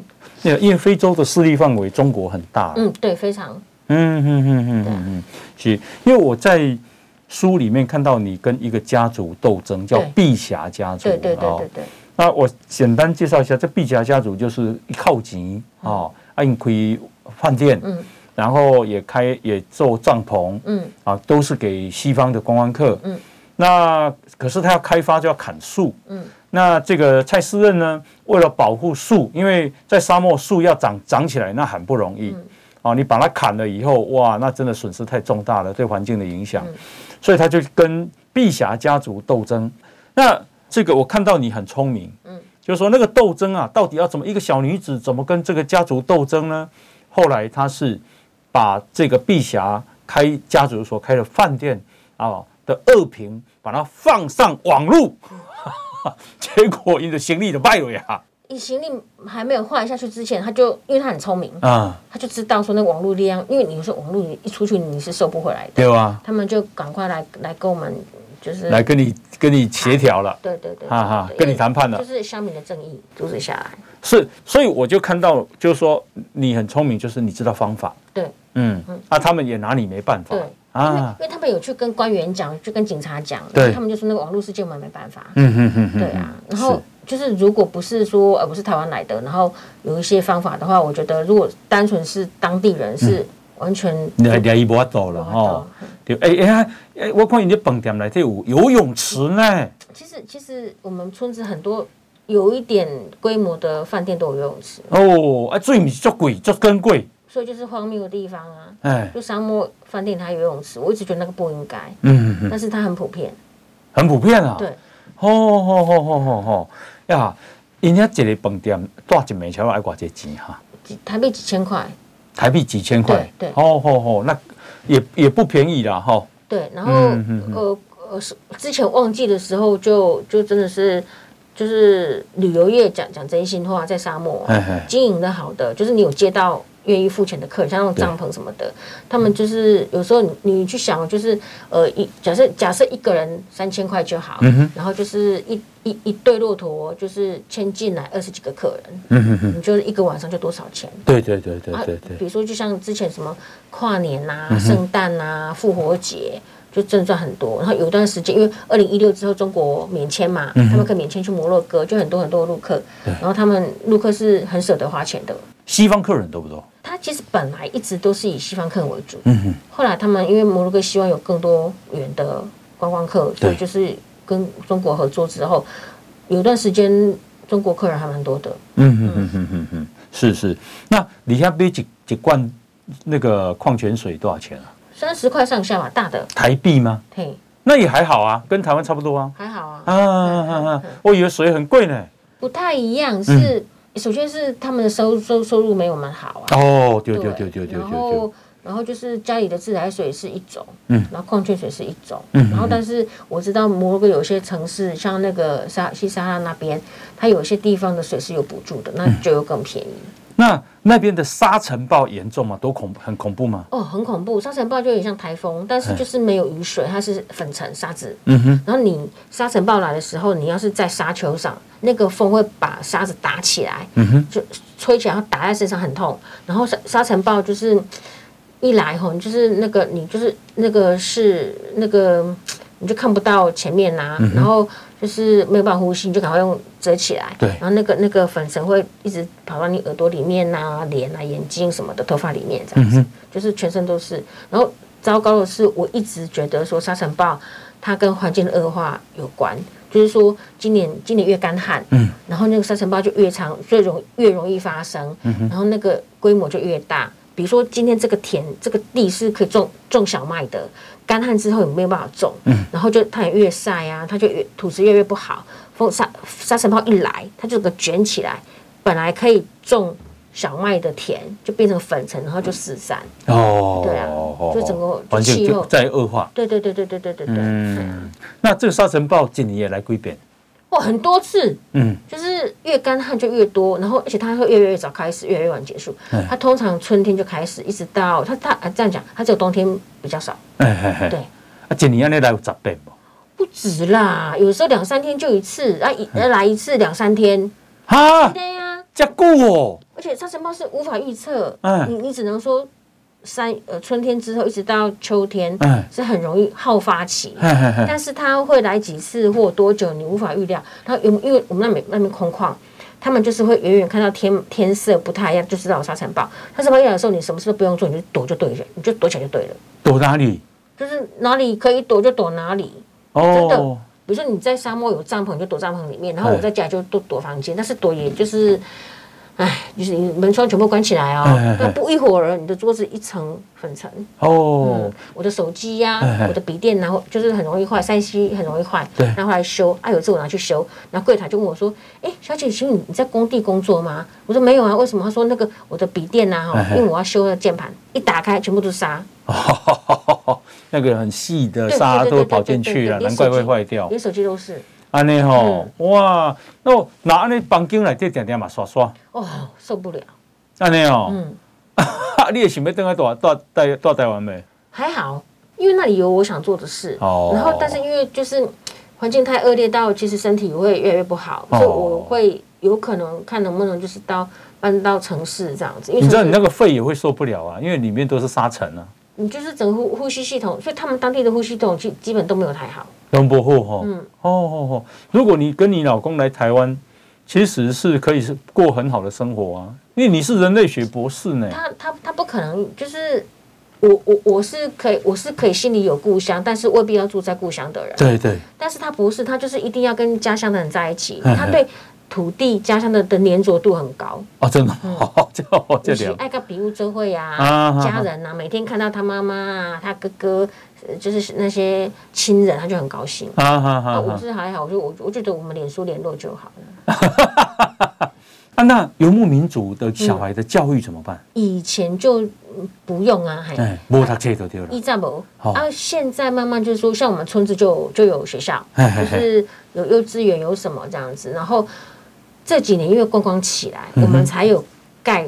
[SPEAKER 2] 因为因为非洲的势力范围中国很大。
[SPEAKER 3] 嗯，对，非常
[SPEAKER 2] 嗯嗯嗯嗯嗯嗯，是因为我在书里面看到你跟一个家族斗争，叫
[SPEAKER 3] 对
[SPEAKER 2] 碧霞家族。
[SPEAKER 3] 对对对
[SPEAKER 2] 哦
[SPEAKER 3] 对对，
[SPEAKER 2] 那我简单介绍一下，这碧霞家族就是一靠钱哦，啊，你可以饭店，
[SPEAKER 3] 嗯
[SPEAKER 2] 然后也开也做帐篷，
[SPEAKER 3] 嗯
[SPEAKER 2] 啊，都是给西方的观光客。
[SPEAKER 3] 嗯，
[SPEAKER 2] 那可是他要开发就要砍树。
[SPEAKER 3] 嗯，
[SPEAKER 2] 那这个蔡思任呢，为了保护树，因为在沙漠树要长长起来那很不容
[SPEAKER 3] 嗯
[SPEAKER 2] 易。啊，你把它砍了以后，哇，那真的损失太重大了，对环境的影响。
[SPEAKER 3] 嗯
[SPEAKER 2] 所以他就跟碧霞家族斗争。那这个我看到你很聪明，
[SPEAKER 3] 嗯，
[SPEAKER 2] 就是说那个斗争啊，到底要怎么一个小女子怎么跟这个家族斗争呢？后来她是把这个碧霞开家族所开的饭店啊的恶评，把它放上网路， (laughs) 结果你的行李就败了呀！
[SPEAKER 3] 以行李还没有换下去之前，他就因为他很聪明，
[SPEAKER 2] 啊，
[SPEAKER 3] 他就知道说那个网络力量，因为你说网络你一出去你是收不回来的，
[SPEAKER 2] 对吧？
[SPEAKER 3] 他们就赶快来来跟我们就是
[SPEAKER 2] 来跟你跟你协调了。
[SPEAKER 3] 对对对，
[SPEAKER 2] 哈哈
[SPEAKER 3] 对对
[SPEAKER 2] 跟你谈判了
[SPEAKER 3] 就是乡民的正义阻止下来，
[SPEAKER 2] 是，所以我就看到，就是说你很聪明，就是你知道方法，
[SPEAKER 3] 对
[SPEAKER 2] 嗯，啊，他们也拿你没办法
[SPEAKER 3] 对。因为
[SPEAKER 2] 啊，
[SPEAKER 3] 因为他们有去跟官员讲，去跟警察讲，
[SPEAKER 2] 对
[SPEAKER 3] 然后他们就说那个网络事件我们没办法，
[SPEAKER 2] 嗯哼哼哼，
[SPEAKER 3] 对啊，然后就是如果不是说呃我是台湾来的，然后有一些方法的话，我觉得如果单纯是当地人是完全
[SPEAKER 2] 嗯你还你伊无到了
[SPEAKER 3] 我
[SPEAKER 2] 吼
[SPEAKER 3] 懂，
[SPEAKER 2] 对，哎哎啊哎，我看你这饭店内底有游泳池呢，
[SPEAKER 3] 其实其实我们村子很多有一点规模的饭店都有游泳池，
[SPEAKER 2] 哦，啊，水唔是足贵，足更贵，
[SPEAKER 3] 所以就是荒谬的地方啊，
[SPEAKER 2] 哎，
[SPEAKER 3] 就沙漠饭店它有游泳池，我一直觉得那个不应该，
[SPEAKER 2] 嗯哼，
[SPEAKER 3] 但是它很普遍，
[SPEAKER 2] 很普遍啊，
[SPEAKER 3] 对，
[SPEAKER 2] 吼，吼吼吼吼吼，呀，因遐一个饭店带一暝桥要偌济钱哈，
[SPEAKER 3] 几台币几千块，
[SPEAKER 2] 台币几千块，
[SPEAKER 3] 对对
[SPEAKER 2] 吼吼吼，那也也不便宜啦，吼，
[SPEAKER 3] 对，然后、
[SPEAKER 2] 嗯嗯嗯
[SPEAKER 3] 呃呃是之前旺季的时候就就真的是。就是旅游业讲讲真心话，在沙漠，啊
[SPEAKER 2] 嘿嘿，
[SPEAKER 3] 经营的好的，就是你有接到愿意付钱的客人，像那种帐篷什么的，他们就是有时候你你去想，就是呃，一假设假设一个人三千块就
[SPEAKER 2] 嗯
[SPEAKER 3] 好，然后就是一一一对骆驼哦就是牵进来二十几个客人，
[SPEAKER 2] 嗯哼哼，
[SPEAKER 3] 你就是一个晚上就多少钱？
[SPEAKER 2] 对对对对对
[SPEAKER 3] 啊比
[SPEAKER 2] 对，
[SPEAKER 3] 如说就像之前什么跨年呐、圣诞呐、复活节。就真的赚很多，然后有一段时间，因为二零一六之后中国免签嘛，
[SPEAKER 2] 嗯
[SPEAKER 3] 他们可以免签去摩洛哥，就很多很多的陆客，然后他们陆客是很舍得花钱的，
[SPEAKER 2] 西方客人多不多？
[SPEAKER 3] 他其实本来一直都是以西方客人为
[SPEAKER 2] 嗯
[SPEAKER 3] 主，后来他们因为摩洛哥希望有更多元的观光客，所以就是跟中国合作之后，有一段时间中国客人还蛮多的。
[SPEAKER 2] 嗯嗯嗯嗯嗯嗯，是是。那你下杯几几罐那个矿泉水多少钱啊？
[SPEAKER 3] 三十块上下吧，大的，
[SPEAKER 2] 台币吗？
[SPEAKER 3] 嘿，
[SPEAKER 2] 那也还好啊，跟台湾差不多啊。
[SPEAKER 3] 还好啊，
[SPEAKER 2] 啊啊啊！我以为水很贵呢。
[SPEAKER 3] 不太一样。是、首先是他们的收收收入没有我们好啊，
[SPEAKER 2] 嗯哦，对
[SPEAKER 3] 对
[SPEAKER 2] 对对对对
[SPEAKER 3] 然
[SPEAKER 2] 对对
[SPEAKER 3] 后。然后就是家里的自来水是一种，
[SPEAKER 2] 嗯
[SPEAKER 3] 然后矿泉水是一种，
[SPEAKER 2] 嗯
[SPEAKER 3] 然后但是我知道摩洛哥有些城市，像那个沙西撒哈拉那边，它有些地方的水是有补助的，那就有更便宜。
[SPEAKER 2] 那那边的沙尘暴严重吗？多恐很恐怖吗？
[SPEAKER 3] 哦，很恐怖，沙尘暴就有点像台风，但是就是没有雨水，它是粉尘沙子。
[SPEAKER 2] 嗯哼，
[SPEAKER 3] 然后你沙尘暴来的时候，你要是在沙丘上，那个风会把沙子打起来，
[SPEAKER 2] 嗯
[SPEAKER 3] 就吹起来，然后打在身上很痛。然后沙沙尘暴就是一来吼，你就是那个你就是那个是那个你就看不到前面呐、
[SPEAKER 2] 嗯
[SPEAKER 3] 然后就是没有办法呼吸，你就赶快用遮起来。
[SPEAKER 2] 对
[SPEAKER 3] 然后那个那个粉尘会一直跑到你耳朵里面呐、脸啊、眼睛什么的、头发里面这
[SPEAKER 2] 嗯
[SPEAKER 3] 样子，就是全身都是。然后糟糕的是，我一直觉得说沙尘暴它跟环境的恶化有关。就是说，今年今年越干旱，嗯，然后那个沙尘暴就越长，最容越容易发生，嗯，然后那个规模就越大。比如说今天这个田这个地是可以种种小麦的，干旱之后也没有办法种，然后就它也越晒啊，它就越土质越来越不好，风沙沙尘暴一来，它就整个卷起来，本来可以种小麦的田就变成粉尘，然后就四散，
[SPEAKER 2] 哦，
[SPEAKER 3] 对啊
[SPEAKER 2] 哦
[SPEAKER 3] 就整个
[SPEAKER 2] 哦环境
[SPEAKER 3] 气
[SPEAKER 2] 就
[SPEAKER 3] 候
[SPEAKER 2] 在恶化。
[SPEAKER 3] 对对对对对对对对，
[SPEAKER 2] 嗯，那这个沙尘暴近年也来归边，
[SPEAKER 3] 哇，很多次，
[SPEAKER 2] 嗯，
[SPEAKER 3] 就是越干旱就越多，然后而且它会越来越早开始，越来越晚结束。
[SPEAKER 2] 哎
[SPEAKER 3] 它通常春天就开始，一直到它它啊这样讲，它只有冬天比较少，
[SPEAKER 2] 哎哎哎，
[SPEAKER 3] 对，
[SPEAKER 2] 啊，今年安尼来有十遍无？
[SPEAKER 3] 不止啦，有时候两三天就一次，啊一来一次两三天，
[SPEAKER 2] 哈，
[SPEAKER 3] 对呀、
[SPEAKER 2] 这久哦，
[SPEAKER 3] 而且沙尘暴是无法预测，
[SPEAKER 2] 嗯
[SPEAKER 3] 你你只能说三呃春天之后一直到秋天，
[SPEAKER 2] 嗯
[SPEAKER 3] 是很容易好发期，
[SPEAKER 2] 嘿嘿嘿，
[SPEAKER 3] 但是它会来几次或多久，你无法预料。然后因因为我们那边那边空旷，他们就是会远远看到天天色不太一样，就知道有沙尘暴。沙尘暴一来的时候，你什么事都不用做，你就躲就对了，你就躲起来就对了，
[SPEAKER 2] 躲哪里？
[SPEAKER 3] 就是哪里可以躲就躲哪里。真的
[SPEAKER 2] 哦，
[SPEAKER 3] 比如说你在沙漠有帐篷，你就躲帐篷里面；然后我
[SPEAKER 2] 哎
[SPEAKER 3] 在家就都躲房间，但是躲也就是，唉，就是你门窗全部关起来哦
[SPEAKER 2] 哎哎哎。
[SPEAKER 3] 那不一会儿，你的桌子一层粉尘，
[SPEAKER 2] 哦
[SPEAKER 3] 嗯，，我的手机呀、
[SPEAKER 2] 哎哎
[SPEAKER 3] 我的笔电啊，然后就是很容易坏，三 C 很容易坏，
[SPEAKER 2] 对
[SPEAKER 3] 然后来修。啊，有一次我拿去修，然后柜台就问我说：“哎，小姐，请问你在工地工作吗？”我说：“没有啊，为什么？”他说：“那个我的笔电呐、哈
[SPEAKER 2] 哎，哎
[SPEAKER 3] 因为我要修的键盘，一打开全部都是沙，
[SPEAKER 2] 那个很细的
[SPEAKER 3] 对
[SPEAKER 2] 沙
[SPEAKER 3] 对对
[SPEAKER 2] 都
[SPEAKER 3] 对
[SPEAKER 2] 会跑进去了，
[SPEAKER 3] 对对对
[SPEAKER 2] 难怪会
[SPEAKER 3] 连手机
[SPEAKER 2] 坏掉。
[SPEAKER 3] 连手机都是。
[SPEAKER 2] 安尼吼，哇，那那安尼房间内底定定嘛刷刷，”
[SPEAKER 3] 哦，受不了。
[SPEAKER 2] 安尼哦，
[SPEAKER 3] 嗯，
[SPEAKER 2] (laughs) 你也想要登去大大台大台湾没？
[SPEAKER 3] 还好，因为那里有我想做的事。
[SPEAKER 2] 哦
[SPEAKER 3] 然后，但是因为就是嗯环境太恶劣到，其实身体会越来越不好，
[SPEAKER 2] 哦
[SPEAKER 3] 所以我会有可能看能不能就是到搬到城市这样子。因为
[SPEAKER 2] 你知道你
[SPEAKER 3] 城市
[SPEAKER 2] 那个肺也会受不了啊，因为里面都是沙尘啊，
[SPEAKER 3] 你就是整个呼呼吸系统，所以他们当地的呼吸系统基基本都没有太好。
[SPEAKER 2] 龙伯后吼，
[SPEAKER 3] 嗯
[SPEAKER 2] 哦哦哦，如果你跟你老公来台湾，其实是可以是过很好的生活啊，因为你是人类学博士呢。
[SPEAKER 3] 他他他不可能就是我我我是可以我是可以心里有故乡，但是未必要住在故乡的人。
[SPEAKER 2] 对对，
[SPEAKER 3] 但是他不是，他就是一定要跟家乡的人在
[SPEAKER 2] (laughs)
[SPEAKER 3] 一起，
[SPEAKER 2] 嗯
[SPEAKER 3] 他对土地家乡的的粘着度很高。
[SPEAKER 2] 哦，真的，
[SPEAKER 3] 嗯
[SPEAKER 2] (laughs) 哦，这哦这
[SPEAKER 3] 尤其
[SPEAKER 2] 聊，
[SPEAKER 3] 爱个比如周会呀、
[SPEAKER 2] 啊哈哈
[SPEAKER 3] 家人啊，每天看到他妈妈啊、他哥哥，呃就是那些亲人，他就很高兴。
[SPEAKER 2] 哈哈
[SPEAKER 3] 啊，
[SPEAKER 2] 哈
[SPEAKER 3] 我
[SPEAKER 2] 哈。
[SPEAKER 3] 是还好，我就我我觉得我们脸书联络就好了。
[SPEAKER 2] 啊，那游牧民族的小孩的教育怎么办？
[SPEAKER 3] 以前就嗯不用啊，还
[SPEAKER 2] 哎，摸他这就对了
[SPEAKER 3] 一。战不？
[SPEAKER 2] 好
[SPEAKER 3] 啊，现在慢慢就是说，像我们村子就就有学校，
[SPEAKER 2] (laughs) 嘿嘿
[SPEAKER 3] 就
[SPEAKER 2] 嘿
[SPEAKER 3] 是有幼稚园，有什么这样子。然后这几年因为观光起来，
[SPEAKER 2] 嗯
[SPEAKER 3] 我们才有盖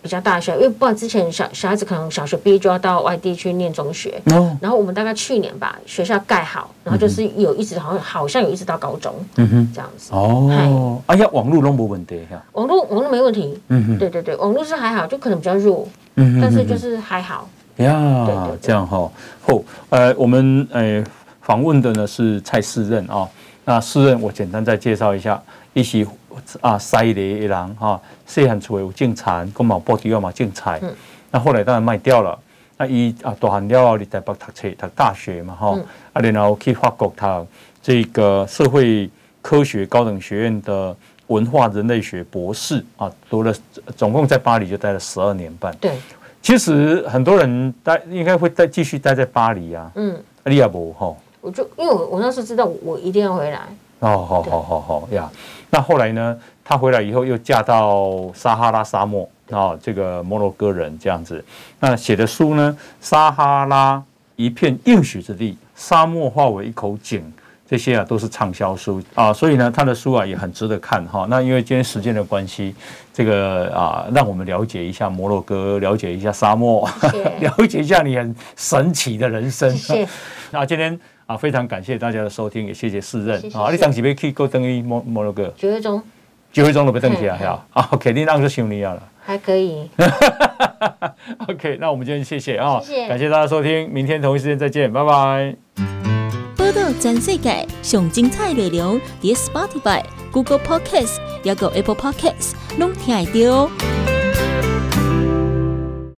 [SPEAKER 3] 比较大的学校，因为不然之前小小孩子可能小学毕业就要到外地去念中学。
[SPEAKER 2] 哦，
[SPEAKER 3] 然后我们大概去年吧，学校盖好，然后就是有一直好像好像有一直到高中
[SPEAKER 2] 嗯哼，
[SPEAKER 3] 这样子。
[SPEAKER 2] 哦，哎呀，网络拢无问题哈。
[SPEAKER 3] 网络网络没问题，
[SPEAKER 2] 嗯哼，
[SPEAKER 3] 对对对，网络是还好，就可能比较弱，
[SPEAKER 2] 嗯哼，
[SPEAKER 3] 但是
[SPEAKER 2] 嗯哼
[SPEAKER 3] 就是还好。对
[SPEAKER 2] 呀
[SPEAKER 3] 对，
[SPEAKER 2] 这样哈、后呃，我们呃访问的呢是蔡世任啊、那世任我简单再介绍一下，伊是啊西丽的人哈，细汉厝的有种田，跟毛布地嘛种菜，
[SPEAKER 3] 嗯
[SPEAKER 2] 那后来当然卖掉了。那伊啊大汉了后，伫台北读册读大学嘛哈，
[SPEAKER 3] 嗯
[SPEAKER 2] 啊然后去法国读这个社会科学高等学院的文化人类学博士啊，读了总共在巴黎就待了十二年半。
[SPEAKER 3] 对，
[SPEAKER 2] 其实很多人待应该会待继续待在巴黎啊，
[SPEAKER 3] 嗯，
[SPEAKER 2] 利亚伯哈，
[SPEAKER 3] 我就因为我我那时候知道我我一定要回来，
[SPEAKER 2] 哦，好好好好呀。那后来呢，她回来以后又嫁到撒哈拉沙漠啊、这个摩洛哥人这样子。那写的书呢，《撒哈拉一片应许之地》，沙漠化为一口井。这些啊都是畅销书啊，所以呢，他的书啊也很值得看哈。那因为今天时间的关系，这个啊，让我们了解一下摩洛哥，了解一下沙漠，
[SPEAKER 3] 谢谢
[SPEAKER 2] (laughs) 了解一下你很神奇的人 (laughs) 生。
[SPEAKER 3] 谢谢。
[SPEAKER 2] 那今天啊，非常感谢大家的收听，也谢谢世任
[SPEAKER 3] 谢谢
[SPEAKER 2] 啊。
[SPEAKER 3] 谢谢
[SPEAKER 2] 你当时要去过等于摩摩洛哥，
[SPEAKER 3] 九月中
[SPEAKER 2] 几分钟都不等起来
[SPEAKER 3] 嘿嘿
[SPEAKER 2] 呀？啊，OK，你让就想你啊了。 (laughs)
[SPEAKER 3] 还可以，
[SPEAKER 2] OK，那我们今天谢谢啊，
[SPEAKER 3] 谢谢
[SPEAKER 2] 感谢大家收听，明天同一时间再见，拜拜。
[SPEAKER 7] 不报道全世界上精彩内容，伫 Spotify、Google Podcasts，还有 Apple Podcasts，拢听得到哦。